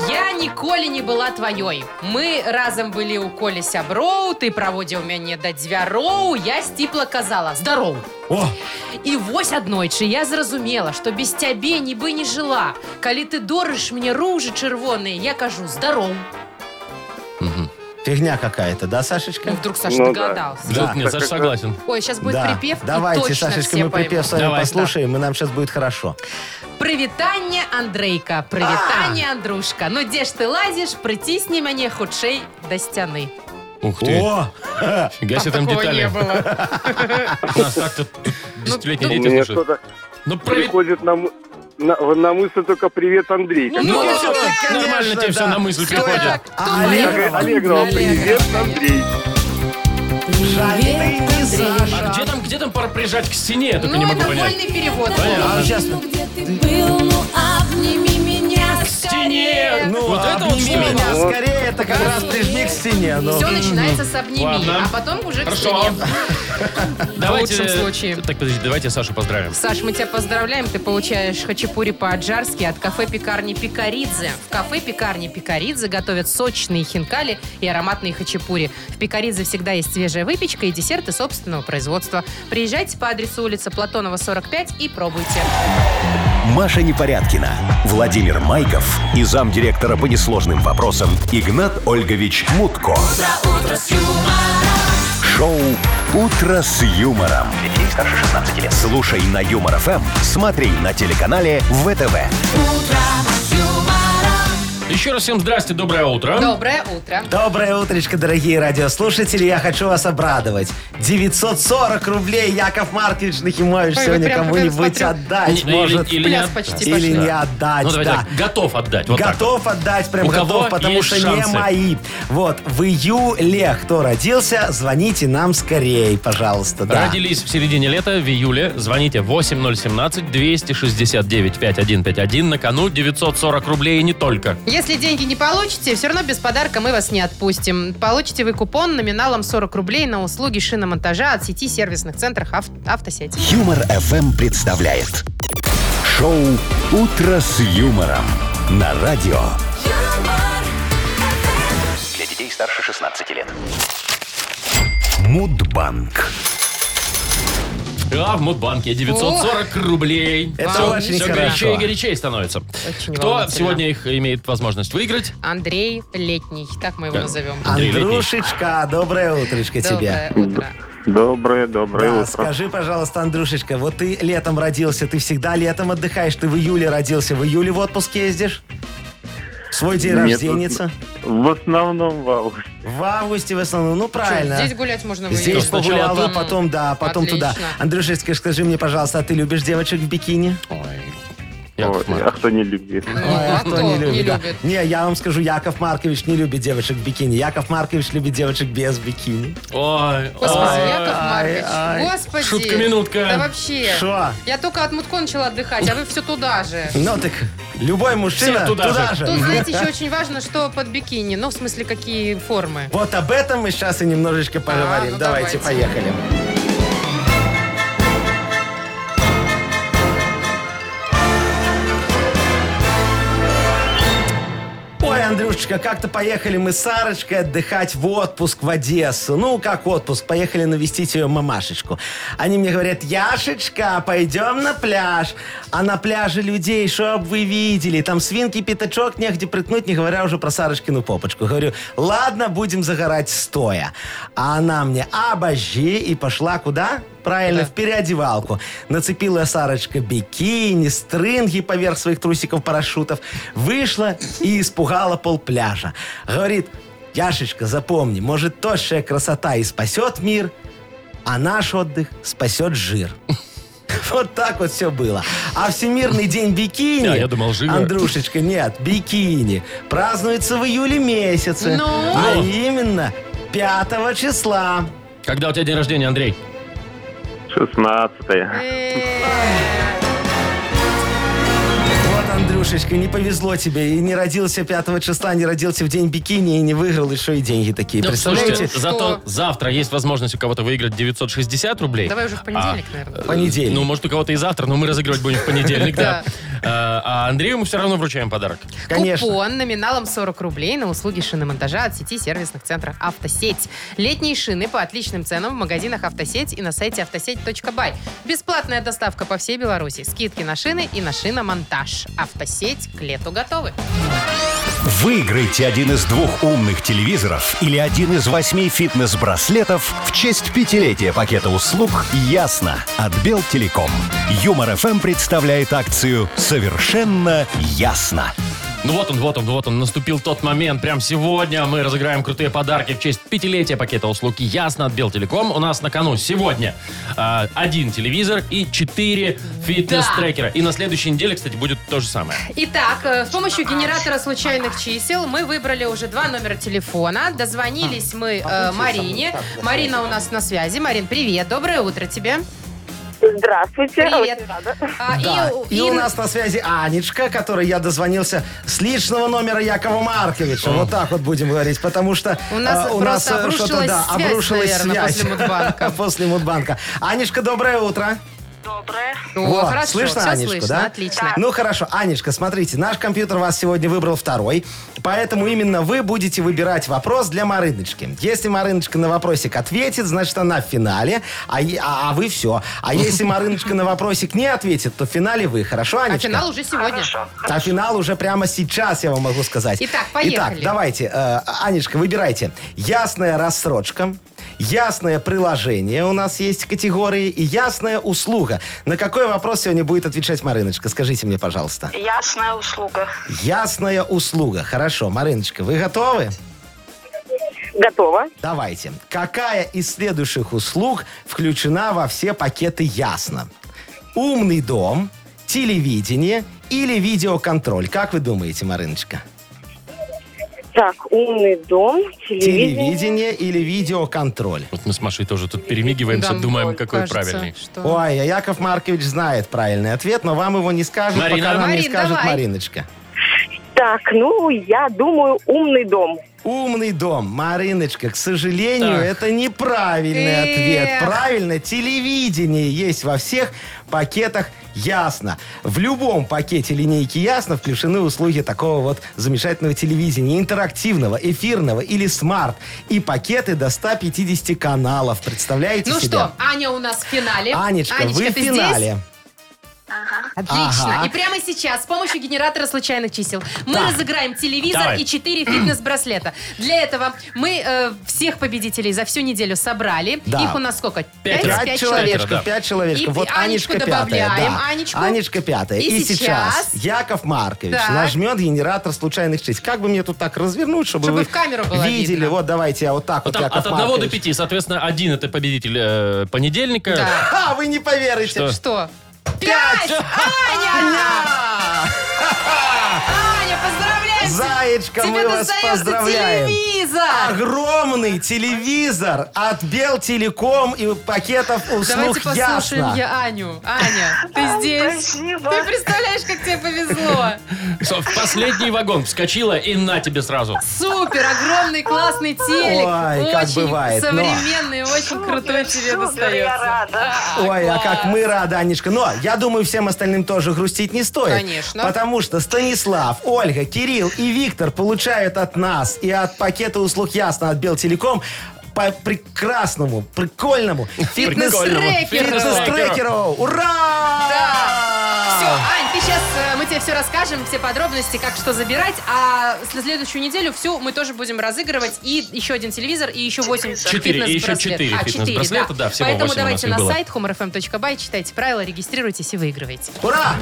Speaker 4: Я ніколі не была твоей. Мы разом были у Колі сяброў, ты праводзіў мяне да дзвяроў, я сціпла казала здароў.
Speaker 3: О,
Speaker 4: І вось аднойчы я зразумела, што без цябе нібы не жыла. Калі ты дорыш мне ружы чырвоныя, я кажу здароў.
Speaker 3: фигня какая-то, да,
Speaker 4: Ну,
Speaker 3: Саша?
Speaker 4: вдруг Саша
Speaker 5: Ну да.
Speaker 4: догадался.
Speaker 2: Да,
Speaker 3: Да.
Speaker 2: Нет, Саша согласен.
Speaker 4: Ой, сейчас будет
Speaker 3: Да.
Speaker 4: припев, и
Speaker 3: Давайте,
Speaker 4: точно
Speaker 3: Сашечка,
Speaker 4: все
Speaker 3: мы припев с
Speaker 4: поймут.
Speaker 3: вами
Speaker 2: Давай,
Speaker 3: послушаем, и нам сейчас будет хорошо.
Speaker 4: Прывітанне,
Speaker 3: А!
Speaker 4: Андрейка, прывітанне, Андрушка. Ну дзе ж ты лазіш, прыцісні мяне хутчэй да сцяны.
Speaker 2: Ух ты.
Speaker 3: О,
Speaker 2: Фига себе там
Speaker 4: такого не
Speaker 2: детали.
Speaker 4: было.
Speaker 2: Нас так-то тут десятилетние
Speaker 4: Ну,
Speaker 2: дети
Speaker 5: Мне
Speaker 2: слушают.
Speaker 5: что-то
Speaker 2: Ну, прови-
Speaker 5: приходит на, м- на, на мысль только «Привет, Андрей».
Speaker 4: Ну,
Speaker 2: Ну,
Speaker 4: да,
Speaker 2: всё,
Speaker 3: конечно,
Speaker 2: нормально тебе все
Speaker 3: да.
Speaker 2: на мысль
Speaker 4: Кто
Speaker 2: приходит.
Speaker 4: так?
Speaker 3: А
Speaker 4: Кто
Speaker 3: Олег-
Speaker 4: Олег?
Speaker 5: Олег- Олегрова, «Привет, Андрей».
Speaker 3: жаль, ты не
Speaker 2: А
Speaker 3: Саша.
Speaker 2: где там, где там пора прижать к стене? Я только не
Speaker 4: Ну,
Speaker 2: могу
Speaker 4: это
Speaker 2: понять.
Speaker 4: вольный перевод.
Speaker 2: Понятно.
Speaker 3: А сейчас
Speaker 7: Ну где ты был, ну обними меня
Speaker 2: Стене!
Speaker 3: Ну,
Speaker 2: вот это вот
Speaker 3: обними
Speaker 2: что?
Speaker 3: меня
Speaker 5: Вот.
Speaker 3: скорее, это как раз прижми к стене. ну.
Speaker 4: Все начинается с обними,
Speaker 2: Ладно.
Speaker 4: а потом уже к
Speaker 2: Хорошо.
Speaker 4: стене.
Speaker 2: Давайте...
Speaker 4: В лучшем случае.
Speaker 2: Так, подожди, давайте Сашу поздравим.
Speaker 4: Саш, мы тебя поздравляем. Ты получаешь хачапури по-аджарски от кафе-пекарни Пикаридзе. В кафе-пекарни Пикаридзе готовят сочные хинкали и ароматные хачапури. В Пикаридзе всегда есть свежая выпечка и десерты собственного производства. Приезжайте по адресу улица Платонова, 45 и пробуйте.
Speaker 1: Маша Непорядкина, Владимир Майков и замдиректора по несложным вопросам Игнат Ольгович Мутко. Шоу «Утро с юмором».
Speaker 6: Детей старше 16 лет.
Speaker 1: Слушай на Юмор ФМ, смотри на телеканале ВТВ.
Speaker 2: Еще раз всем здрасте, доброе утро.
Speaker 4: Доброе утро.
Speaker 3: Доброе утречко, дорогие радиослушатели. Я хочу вас обрадовать. 940 рублей Яков Маркович Нахимович
Speaker 4: Ой,
Speaker 3: сегодня
Speaker 4: вы прям
Speaker 3: кому-нибудь
Speaker 2: Ну,
Speaker 4: прям
Speaker 2: Или-
Speaker 3: отдать может.
Speaker 2: Или, не
Speaker 4: Пляс
Speaker 2: отдать.
Speaker 4: почти
Speaker 3: Или
Speaker 4: пошли.
Speaker 3: не отдать,
Speaker 2: Ну, давайте
Speaker 3: да.
Speaker 2: так, готов отдать. Вот так.
Speaker 3: готов отдать, прям
Speaker 2: У кого
Speaker 3: готов, потому
Speaker 2: есть
Speaker 3: что
Speaker 2: шансы?
Speaker 3: не мои. Вот, в июле, кто родился, звоните нам скорее, пожалуйста. Да.
Speaker 2: Родились в середине лета, в июле. Звоните 8017-269-5151. На кону 940 рублей и не только.
Speaker 4: Если деньги не получите, все равно без подарка мы вас не отпустим. Получите вы купон номиналом 40 рублей на услуги шиномонтажа от сети сервисных центров ав- автосети.
Speaker 1: Юмор ФМ представляет. Шоу «Утро с юмором» на радио.
Speaker 6: Для детей старше 16 лет.
Speaker 1: Мудбанк.
Speaker 2: А в Мудбанке 940 рублей.
Speaker 3: Это
Speaker 2: Всё-
Speaker 3: очень
Speaker 2: всё
Speaker 3: хорошо.
Speaker 2: горячее и горячее становится.
Speaker 4: Очень
Speaker 2: Кто
Speaker 4: волнительно.
Speaker 2: сегодня их имеет возможность выиграть?
Speaker 4: Андрей Летний, так мы его
Speaker 2: Да.
Speaker 4: назовем.
Speaker 3: А,
Speaker 2: Андрей Летний.
Speaker 3: Андрюшечка, доброе утречко тебе.
Speaker 4: Доброе утро.
Speaker 5: Доброе, доброе
Speaker 3: Да,
Speaker 5: утро.
Speaker 3: скажи, пожалуйста, Андрюшечка, вот ты летом родился, ты всегда летом отдыхаешь, ты в июле родился, в июле в отпуск ездишь? В Свой день
Speaker 5: Нет,
Speaker 3: рожденица?
Speaker 4: ну,
Speaker 5: В основном в августе.
Speaker 3: В августе в основном, ну правильно.
Speaker 4: Здесь гулять можно выйти.
Speaker 3: Здесь
Speaker 2: Сначала
Speaker 3: погуляла,
Speaker 2: тут.
Speaker 3: потом, да, потом
Speaker 4: Отлично.
Speaker 3: а туда. Андрюшечка, скажи мне, пожалуйста, а ты любишь девочек в бикини?
Speaker 2: Ой.
Speaker 3: А?
Speaker 2: Яков
Speaker 5: Вот. А
Speaker 2: Маркович.
Speaker 5: кто не любит?
Speaker 4: Ну,
Speaker 3: Ой,
Speaker 4: а кто не любит?
Speaker 3: да? Не, я вам скажу, Яков Маркович не любит девочек в бикини. Яков Маркович любит девочек без бикини.
Speaker 2: Ой,
Speaker 4: Господи,
Speaker 2: ой.
Speaker 4: Яков
Speaker 3: ай,
Speaker 4: Маркович,
Speaker 3: ай.
Speaker 4: господи.
Speaker 2: Шутка-минутка.
Speaker 4: Да вообще.
Speaker 3: Шо?
Speaker 4: Я только от Мутко начала отдыхать, а вы все туда же.
Speaker 3: Ну так, любой мужчина
Speaker 2: Все
Speaker 3: туда,
Speaker 2: туда
Speaker 3: же.
Speaker 4: Тут, знаете, еще очень важно, что под бикини. Ну, в смысле, какие формы.
Speaker 3: Вот об этом мы сейчас и немножечко поговорим.
Speaker 4: ну
Speaker 3: давайте,
Speaker 4: давайте.
Speaker 3: поехали. Ой, Андрюшечка, как-то поехали мы с Сарочкой отдыхать в отпуск в Одессу. Ну, как отпуск, поехали навестить ее мамашечку. Они мне говорят, Яшечка, пойдем на пляж. А на пляже людей, чтоб вы видели, там свинки, пятачок, негде приткнуть, не говоря уже про Сарочкину попочку. Говорю, ладно, будем загорать стоя. А она мне, обожи, и пошла куда? Правильно, в переодевалку. Нацепила Сарочка бикини, стринги поверх своих трусиков-парашютов. Вышла и испугала пол пляжа. Говорит, Яшечка, запомни, может, тощая красота и спасет мир, а наш отдых спасет жир. Вот так вот все было. А Всемирный день бикини...
Speaker 2: Да, я думал, жир.
Speaker 3: Андрюшечка, нет, бикини. Празднуется в июле месяце.
Speaker 4: Ну?
Speaker 3: А именно 5 числа.
Speaker 2: Когда у тебя день рождения, Андрей?
Speaker 4: Э,
Speaker 5: 16
Speaker 3: Вот, Андрюшечка, не повезло тебе. И не родился 5 числа, не родился в день бикини и не выиграл еще и деньги такие.
Speaker 2: Ну,
Speaker 3: Представляете?
Speaker 2: слушайте, зато
Speaker 4: Что?
Speaker 2: завтра есть возможность у кого-то выиграть 960 рублей. А,
Speaker 4: Давай уже в Э, понедельник, наверное.
Speaker 3: В понедельник.
Speaker 2: Ну, может, у кого-то и завтра, но мы разыгрывать будем в понедельник, да. А а Андрею мы все равно вручаем подарок.
Speaker 3: Конечно.
Speaker 4: Купон номиналом 40 рублей на услуги шиномонтажа от сети сервисных центров «Автосеть». Летние шины по отличным ценам в магазинах «Автосеть» и на сайте автосеть.бай. Бесплатная доставка по всей Беларуси. Скидки на шины и на шиномонтаж. «Автосеть» к лету готовы.
Speaker 1: Выиграйте один из двух умных телевизоров или один из восьми фитнес-браслетов в честь пятилетия пакета услуг «Ясно» от Белтелеком. Юмор-ФМ представляет акцию «Совершенно ясно».
Speaker 2: Ну вот он, вот он, вот он, наступил тот момент. Прям сегодня мы разыграем крутые подарки в честь пятилетия пакета услуг «Ясно» от Белтелеком. У нас на кону сегодня а, один телевизор и четыре фитнес-трекера. И на следующей неделе, кстати, будет то же самое.
Speaker 4: Итак, э, с помощью генератора случайных чисел мы выбрали уже два номера телефона. Дозвонились мы э, Марине. Марина у нас на связи. Марин, привет. Доброе утро тебе.
Speaker 8: Здравствуйте.
Speaker 4: Привет.
Speaker 8: Очень рада.
Speaker 4: А,
Speaker 3: Да.
Speaker 4: у-
Speaker 3: И, у нас на связи Анечка, которой я дозвонился с личного номера Якова Марковича. Вот так вот будем говорить, потому что
Speaker 4: У нас
Speaker 3: э, у нас
Speaker 4: просто
Speaker 3: э,
Speaker 4: обрушилась
Speaker 3: что-то да,
Speaker 4: связь,
Speaker 3: обрушилась
Speaker 4: наверное,
Speaker 3: связь
Speaker 4: после Мудбанка.
Speaker 3: После Мудбанка. Анечка, доброе утро.
Speaker 8: Доброе.
Speaker 4: О,
Speaker 3: Вот,
Speaker 4: хорошо,
Speaker 3: слышно
Speaker 4: всё
Speaker 3: Анечку,
Speaker 4: слышно,
Speaker 3: да?
Speaker 4: отлично.
Speaker 3: Ну хорошо, Анечка, смотрите, наш компьютер вас сегодня выбрал второй, поэтому именно вы будете выбирать вопрос для Марыночки. Если Марыночка на вопросик ответит, значит она в финале, а, е- а- а вы все. А если Марыночка на вопросик не ответит, то в финале вы. Хорошо,
Speaker 4: А
Speaker 3: Анечка?
Speaker 4: финал уже сегодня.
Speaker 3: А финал уже прямо сейчас, я вам могу сказать.
Speaker 4: Итак, поехали.
Speaker 3: Итак, давайте, э, Анечка, выбирайте. Ясная рассрочка, ясное приложение у нас есть категории и ясная услуга. На какой вопрос сегодня будет отвечать Мариночка? Скажите мне, пожалуйста.
Speaker 8: Ясная услуга.
Speaker 3: Ясная услуга. Хорошо, Мариночка, вы готовы?
Speaker 8: Готово.
Speaker 3: Давайте. Какая из следующих услуг включена во все пакеты «Ясно»? Умный дом, телевидение или видеоконтроль? Как вы думаете, Мариночка?
Speaker 8: Так, умный дом, телевидение.
Speaker 3: Телевидение или видеоконтроль?
Speaker 2: Вот мы с Машей тоже тут перемигиваемся,
Speaker 4: Да,
Speaker 2: думаем,
Speaker 4: вот,
Speaker 2: какой
Speaker 4: кажется,
Speaker 2: правильный.
Speaker 4: что-
Speaker 3: Ой, а Яков Маркович знает правильный ответ, но вам его не скажут,
Speaker 2: Марина?
Speaker 3: пока нам не
Speaker 4: Марин,
Speaker 3: скажет
Speaker 4: давай.
Speaker 3: Мариночка.
Speaker 8: Так, ну, я думаю, умный дом.
Speaker 3: Умный дом, Мариночка, к сожалению,
Speaker 2: Так.
Speaker 3: это неправильный
Speaker 4: Э.
Speaker 3: ответ.
Speaker 4: Эх.
Speaker 3: Правильно, телевидение есть во всех пакетах Ясно. В любом пакете линейки Ясно включены услуги такого вот замечательного телевидения, интерактивного, эфирного или смарт. И пакеты до 150 каналов. Представляете
Speaker 4: Ну
Speaker 3: себе?
Speaker 4: что, Аня у нас в финале.
Speaker 3: Анечка, вы в
Speaker 4: ты
Speaker 3: финале.
Speaker 4: здесь? Отлично.
Speaker 3: Ага.
Speaker 4: И прямо сейчас с помощью генератора случайных чисел мы
Speaker 3: Так.
Speaker 4: разыграем телевизор
Speaker 2: Давай.
Speaker 4: и 4 фитнес-браслета. Для этого мы э, всех победителей за всю неделю собрали.
Speaker 3: Да.
Speaker 4: Их у нас сколько?
Speaker 2: Пять. Пятеро.
Speaker 4: Пять,
Speaker 3: Пять
Speaker 4: пять
Speaker 3: человечков,
Speaker 2: да.
Speaker 3: пять человечков.
Speaker 4: И
Speaker 3: вот
Speaker 4: Анечку
Speaker 3: Анечка пятая.
Speaker 4: добавляем,
Speaker 3: да.
Speaker 4: Анечку.
Speaker 3: Анечка пятая.
Speaker 4: И
Speaker 3: И, сейчас
Speaker 4: сейчас
Speaker 3: Яков Маркович
Speaker 4: Так.
Speaker 3: нажмет генератор случайных чисел. Как бы мне тут так развернуть, чтобы,
Speaker 4: Чтобы
Speaker 3: вы
Speaker 4: в камеру было
Speaker 3: видели?
Speaker 4: видно.
Speaker 3: Вот давайте я вот
Speaker 2: Вот
Speaker 3: так вот,
Speaker 2: там
Speaker 3: Яков
Speaker 2: от 1 до
Speaker 3: Маркович.
Speaker 2: 5, соответственно, один это победитель э, понедельника.
Speaker 4: Да.
Speaker 3: Ха, вы не А, поверите.
Speaker 2: Что?
Speaker 4: Что? Пять! Аня!
Speaker 3: Аня!
Speaker 4: Аня, поздравляем!
Speaker 3: Заячка,
Speaker 4: Тебе
Speaker 3: мы вас
Speaker 4: достается
Speaker 3: поздравляем!
Speaker 4: телевизор!
Speaker 3: Огромный телевизор от Белтелеком и пакетов
Speaker 4: Давайте
Speaker 3: услуг
Speaker 4: послушаем
Speaker 3: ясно.
Speaker 4: я Аню. Аня, ты здесь?
Speaker 8: Спасибо.
Speaker 4: Ты представляешь, как тебе повезло?
Speaker 2: Со- В последний вагон вскочила и на тебе сразу.
Speaker 4: Супер, огромный, классный телек.
Speaker 3: Ой, как
Speaker 4: очень
Speaker 3: бывает, ну. но.
Speaker 4: современный, очень крутой тебе
Speaker 8: Супер, я
Speaker 4: достается.
Speaker 8: рада.
Speaker 3: Ой, а как
Speaker 4: класс.
Speaker 3: мы рады, Анечка. Но я думаю, всем остальным тоже грустить не стоит.
Speaker 4: Конечно.
Speaker 3: Потому что Станислав, Ольга, Кирилл и Виктор получают от нас и от пакета услуг Ясно от Белтелеком по прекрасному, прикольному фитнес-
Speaker 4: Прикольному.
Speaker 3: фитнес-трекеру. Ура!
Speaker 4: Все, Ань, ты сейчас, мы тебе все расскажем, все подробности, как что забирать, а с- на следующую неделю всю мы тоже будем разыгрывать и еще один телевизор, и еще 8
Speaker 2: Четыре, и еще четыре фитнес-браслета, да, всего
Speaker 4: А, Поэтому
Speaker 2: восемь у нас
Speaker 4: давайте
Speaker 2: их
Speaker 4: на
Speaker 2: было.
Speaker 4: сайт humorfm.by, читайте правила, регистрируйтесь и выигрывайте.
Speaker 3: Ура!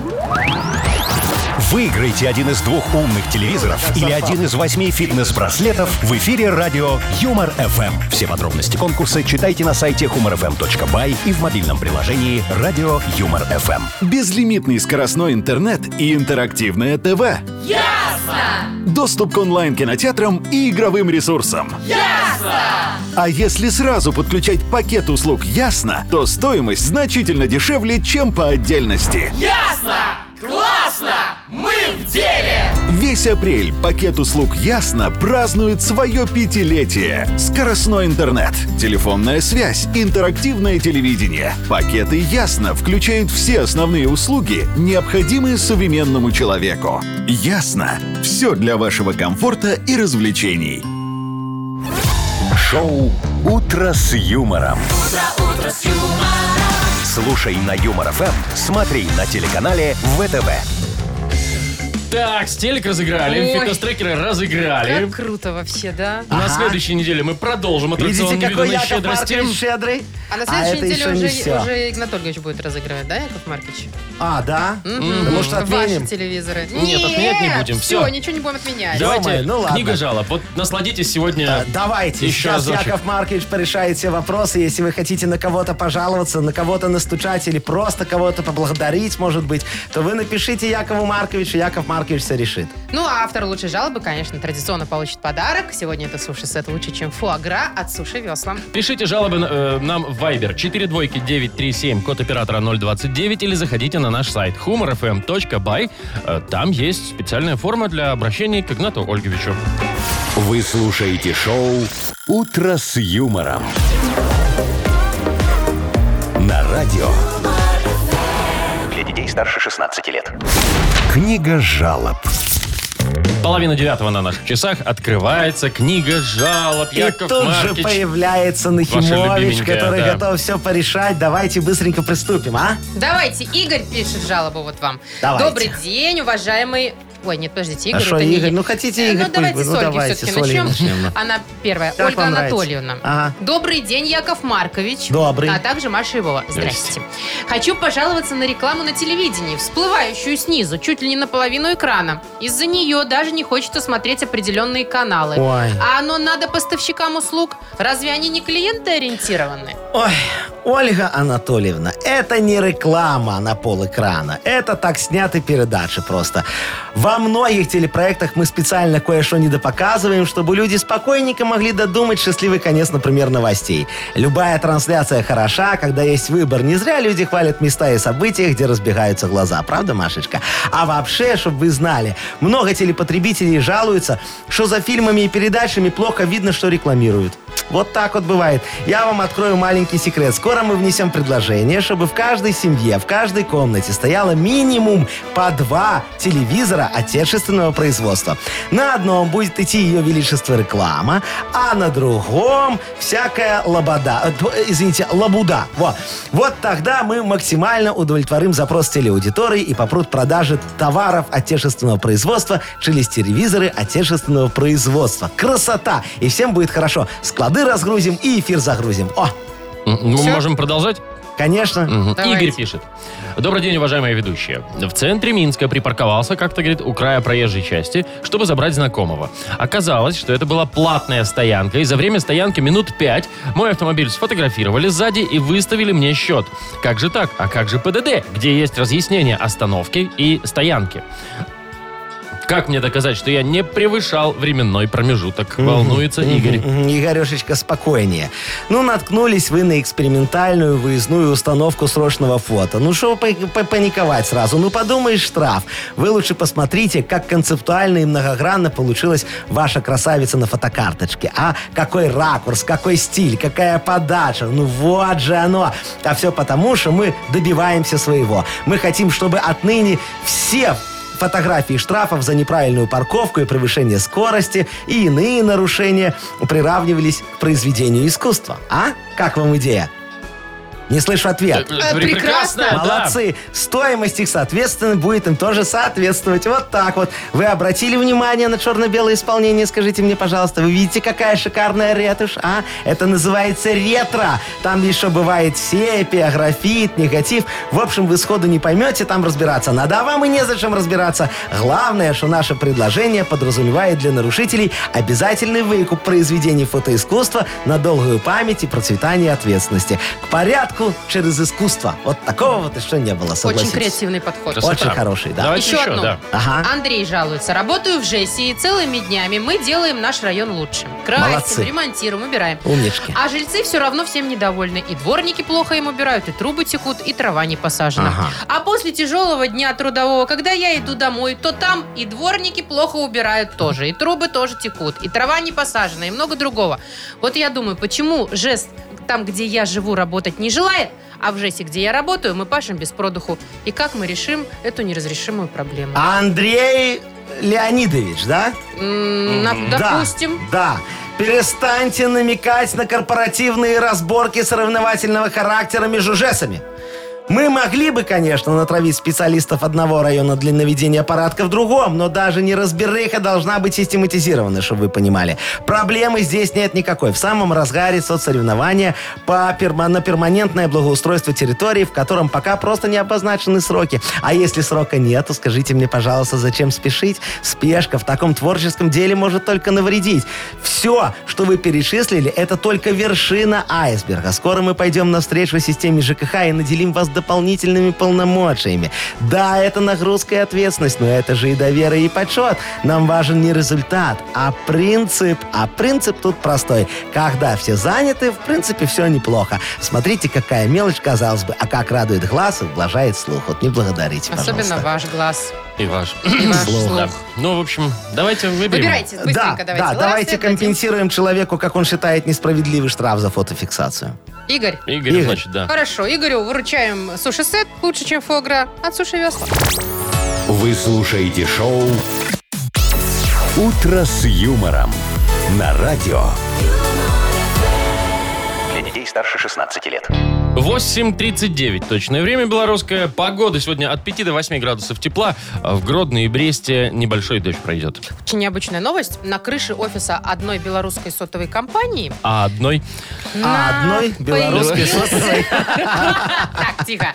Speaker 1: Выиграйте один из двух умных телевизоров или один из восьми фитнес-браслетов в эфире радио Юмор ФМ. Все подробности конкурса читайте на сайте humorfm.by и в мобильном приложении радио Юмор ФМ.
Speaker 9: Безлимитный скоростной интернет и интерактивное ТВ. Ясно! Доступ к онлайн-кинотеатрам и игровым ресурсам. Ясно! А если сразу подключать пакет услуг «Ясно», то стоимость значительно дешевле, чем по отдельности. Ясно! Классно! Мы в деле! Весь апрель пакет услуг «Ясно» празднует свое пятилетие. Скоростной интернет, телефонная связь, интерактивное телевидение. Пакеты «Ясно» включают все основные услуги, необходимые современному человеку. «Ясно» — все для вашего комфорта и развлечений.
Speaker 1: Шоу «Утро с юмором». Слушай на Юмор ФМ, смотри на телеканале ВТВ.
Speaker 2: Так, стелек разыграли,
Speaker 4: Ой.
Speaker 2: фитнес-трекеры разыграли.
Speaker 4: Как круто вообще, да?
Speaker 2: На следующей неделе мы продолжим аттракцион
Speaker 3: Видите, какой
Speaker 2: невиданной
Speaker 3: Яков
Speaker 2: щедрости.
Speaker 3: Маркович щедрый?
Speaker 4: А на следующей
Speaker 3: это
Speaker 4: неделе
Speaker 3: еще не
Speaker 4: уже,
Speaker 3: все.
Speaker 4: уже Игнат Ольгович будет разыгрывать, да, Яков Маркович?
Speaker 3: А, да? Может, отменим?
Speaker 4: Ваши телевизоры.
Speaker 2: Нет, отменять не будем,
Speaker 4: Все,
Speaker 2: всё.
Speaker 4: ничего не будем отменять.
Speaker 2: Давайте,
Speaker 3: Ё-моё, ну ладно.
Speaker 2: книга жалоб. Вот насладитесь сегодня...
Speaker 3: Э, Давайте.
Speaker 2: Еще
Speaker 3: Сейчас
Speaker 2: разочек.
Speaker 3: Яков Маркович порешает все вопросы. Если вы хотите на кого-то пожаловаться, на кого-то настучать или просто кого-то поблагодарить, может быть, то вы напишите Якову Марковичу, Яков Маркович все решит.
Speaker 4: Ну, а автор лучшей жалобы, конечно, традиционно получит подарок. Сегодня это суши-сет лучше, чем фуагра от Суши Весла.
Speaker 2: Пишите жалобы э, нам в Viber 42937, код оператора 029, или заходите на наш сайт humorfm.by. Э, Там есть специальная форма для обращения к Игнату Ольговичу.
Speaker 1: Вы слушаете шоу «Утро с юмором». На радио
Speaker 6: Для детей старше 16 лет.
Speaker 1: «Книга жалоб».
Speaker 2: Половина девятого на наших часах открывается книга жалоб.
Speaker 3: И
Speaker 2: Яков
Speaker 3: тут же
Speaker 2: Маркич.
Speaker 3: появляется
Speaker 2: Ваша
Speaker 3: Нахимович,
Speaker 2: любименькая,
Speaker 3: который
Speaker 2: да.
Speaker 3: готов все порешать. Давайте быстренько приступим, а?
Speaker 4: Давайте, Игорь пишет жалобу вот вам.
Speaker 3: Давайте.
Speaker 4: Добрый день, уважаемый... Ой, нет,
Speaker 3: а
Speaker 4: подождите, Игорь,
Speaker 3: что,
Speaker 4: это не
Speaker 3: Игорь?
Speaker 4: я.
Speaker 3: Ну, хотите,
Speaker 4: Э,
Speaker 3: Игорь,
Speaker 4: ну,
Speaker 3: пусть будет.
Speaker 4: давайте с
Speaker 3: ну,
Speaker 4: Ольги
Speaker 3: давайте
Speaker 4: все-таки
Speaker 3: с Ольгой
Speaker 4: начнем.
Speaker 3: начнем, ну.
Speaker 4: Она первая.
Speaker 3: Как
Speaker 4: А, Ольга
Speaker 3: вам нравится?
Speaker 4: Анатольевна.
Speaker 3: Ага.
Speaker 4: Добрый день, Яков Маркович.
Speaker 3: Добрый.
Speaker 4: А также Маша Ивова. Здрасте. Хочу пожаловаться на рекламу на телевидении, всплывающую снизу, чуть ли не наполовину экрана. Из-за нее даже не хочется смотреть определенные каналы.
Speaker 3: Ой.
Speaker 4: А оно надо поставщикам услуг. Разве они не клиентоориентированы?
Speaker 3: Ой, Ольга Анатольевна, это не реклама на пол экрана. Это так сняты передачи просто. Во многих телепроектах мы специально кое-что недопоказываем, чтобы люди спокойненько могли додумать счастливый конец, например, новостей. Любая трансляция хороша, когда есть выбор. Не зря люди хвалят места и события, где разбегаются глаза. Правда, Машечка? А вообще, чтобы вы знали, много телепотребителей жалуются, что за фильмами и передачами плохо видно, что рекламируют. Вот так вот бывает. Я вам открою маленький секрет. Скоро мы внесем предложение, чтобы в каждой семье, в каждой комнате стояло минимум по два телевизора отечественного производства. На одном будет идти ее величество реклама, а на другом всякая лобода. э, тьфу, э, Извините, лабуда. Во. Вот тогда мы максимально удовлетворим запрос телеаудитории и попрут продажи товаров отечественного производства через телевизоры отечественного производства. Красота! И всем будет хорошо. Склады разгрузим и эфир загрузим. О,
Speaker 2: М, ну, Мы
Speaker 4: Всё?
Speaker 2: можем продолжать?
Speaker 3: Конечно.
Speaker 2: Мгм.
Speaker 4: Давайте.
Speaker 2: Игорь пишет. Добрый день, уважаемые ведущие. В центре Минска припарковался, как-то говорит, у края проезжей части, чтобы забрать знакомого. Оказалось, что это была платная стоянка, и за время стоянки минут пять мой автомобиль сфотографировали сзади и выставили мне счет. Как же так? А как же ПДД, где есть разъяснение остановки и стоянки? Как мне доказать, что я не превышал временной промежуток? Волнуется Игорь.
Speaker 3: Мгм, Игорешечка, спокойнее. Ну, наткнулись вы на экспериментальную выездную установку срочного фото. Ну, что вы пани- па- паниковать сразу? Ну, подумаешь, штраф. Вы лучше посмотрите, как концептуально и многогранно получилась ваша красавица на фотокарточке. А какой ракурс, какой стиль, какая подача. Ну, вот же оно. А все потому, что мы добиваемся своего. Мы хотим, чтобы отныне все фотографии штрафов за неправильную парковку и превышение скорости и иные нарушения приравнивались к произведению искусства. А? Как вам идея? Не слышу ответ.
Speaker 4: Э, прекрасно,
Speaker 2: да.
Speaker 3: Молодцы. Стоимость их, соответственно, будет им тоже соответствовать. Вот так вот. Вы обратили внимание на черно-белое исполнение? Скажите мне, пожалуйста, вы видите, какая шикарная ретушь, а? Это называется ретро. Там еще бывает сепия, графит, негатив. В общем, вы сходу не поймете, там разбираться надо. А вам и незачем разбираться. Главное, что наше предложение подразумевает для нарушителей обязательный выкуп произведений фотоискусства на долгую память и процветание ответственности. К порядку через искусство. Вот такого вот еще не было, согласитесь.
Speaker 4: Очень креативный подход.
Speaker 2: Красота.
Speaker 3: Очень хороший, да.
Speaker 2: Давайте
Speaker 4: Еще
Speaker 2: еще,
Speaker 4: одну.
Speaker 2: да.
Speaker 3: Ага.
Speaker 4: Андрей жалуется. Работаю в ЖЭСе и целыми днями мы делаем наш район лучше. Красим,
Speaker 3: Молодцы.
Speaker 4: ремонтируем, убираем.
Speaker 3: Умнички.
Speaker 4: А жильцы все равно всем недовольны. И дворники плохо им убирают, и трубы текут, и трава не посажена. А после тяжелого дня трудового, когда я иду домой, то там и дворники плохо убирают тоже, и трубы тоже текут, и трава не посажена, и много другого. Вот я думаю, почему жест там, где я живу, работать не желает, а в жесте, где я работаю, мы пашем без продуху. И как мы решим эту неразрешимую проблему?
Speaker 3: А? Андрей Леонидович, да?
Speaker 4: М, на- Допустим.
Speaker 3: Да, да. Перестаньте намекать на корпоративные разборки соревновательного характера между жесами. Мы могли бы, конечно, натравить специалистов одного района для наведения порядка в другом, но даже неразбериха должна быть систематизирована, чтобы вы понимали. Проблемы здесь нет никакой. В самом разгаре соцсоревнования по перма- на перманентное благоустройство территории, в котором пока просто не обозначены сроки. А если срока нет, то скажите мне, пожалуйста, зачем спешить? Спешка в таком творческом деле может только навредить. Все, что вы перечислили, это только вершина айсберга. Скоро мы пойдем навстречу системе ЖКХ и наделим вас дополнительными полномочиями. Да, это нагрузка и ответственность, но это же и довера, и почет. Нам важен не результат, а принцип. А принцип тут простой. Когда все заняты, в принципе, все неплохо. Смотрите, какая мелочь, казалось бы, а как радует глаз и ублажает слух. Вот не благодарите,
Speaker 4: Особенно
Speaker 3: пожалуйста.
Speaker 4: ваш глаз.
Speaker 2: И ваш.
Speaker 4: И ваш слух.
Speaker 2: Да. Ну, в общем, давайте выберем.
Speaker 4: Выбирайте быстренько,
Speaker 3: да,
Speaker 4: давайте.
Speaker 3: да,
Speaker 4: Ласты
Speaker 3: давайте
Speaker 4: дадим.
Speaker 3: компенсируем человеку, как он считает, несправедливый штраф за фотофиксацию.
Speaker 4: Игорь.
Speaker 2: Игорь,
Speaker 3: Игорь.
Speaker 2: значит, да.
Speaker 4: Хорошо, Игорю выручаем суши-сет лучше, чем фогра от суши весла.
Speaker 1: Вы слушаете шоу «Утро с юмором» на радио.
Speaker 6: Для детей старше 16 лет.
Speaker 2: 8.39 точное время белорусское. Погода сегодня от 5 до 8 градусов тепла. А В Гродно и Бресте небольшой дождь пройдет.
Speaker 4: Очень необычная новость. На крыше офиса одной белорусской сотовой компании
Speaker 2: А одной...
Speaker 4: на-
Speaker 3: одной белорусской
Speaker 4: появился-
Speaker 3: сотовой.
Speaker 4: Так, тихо.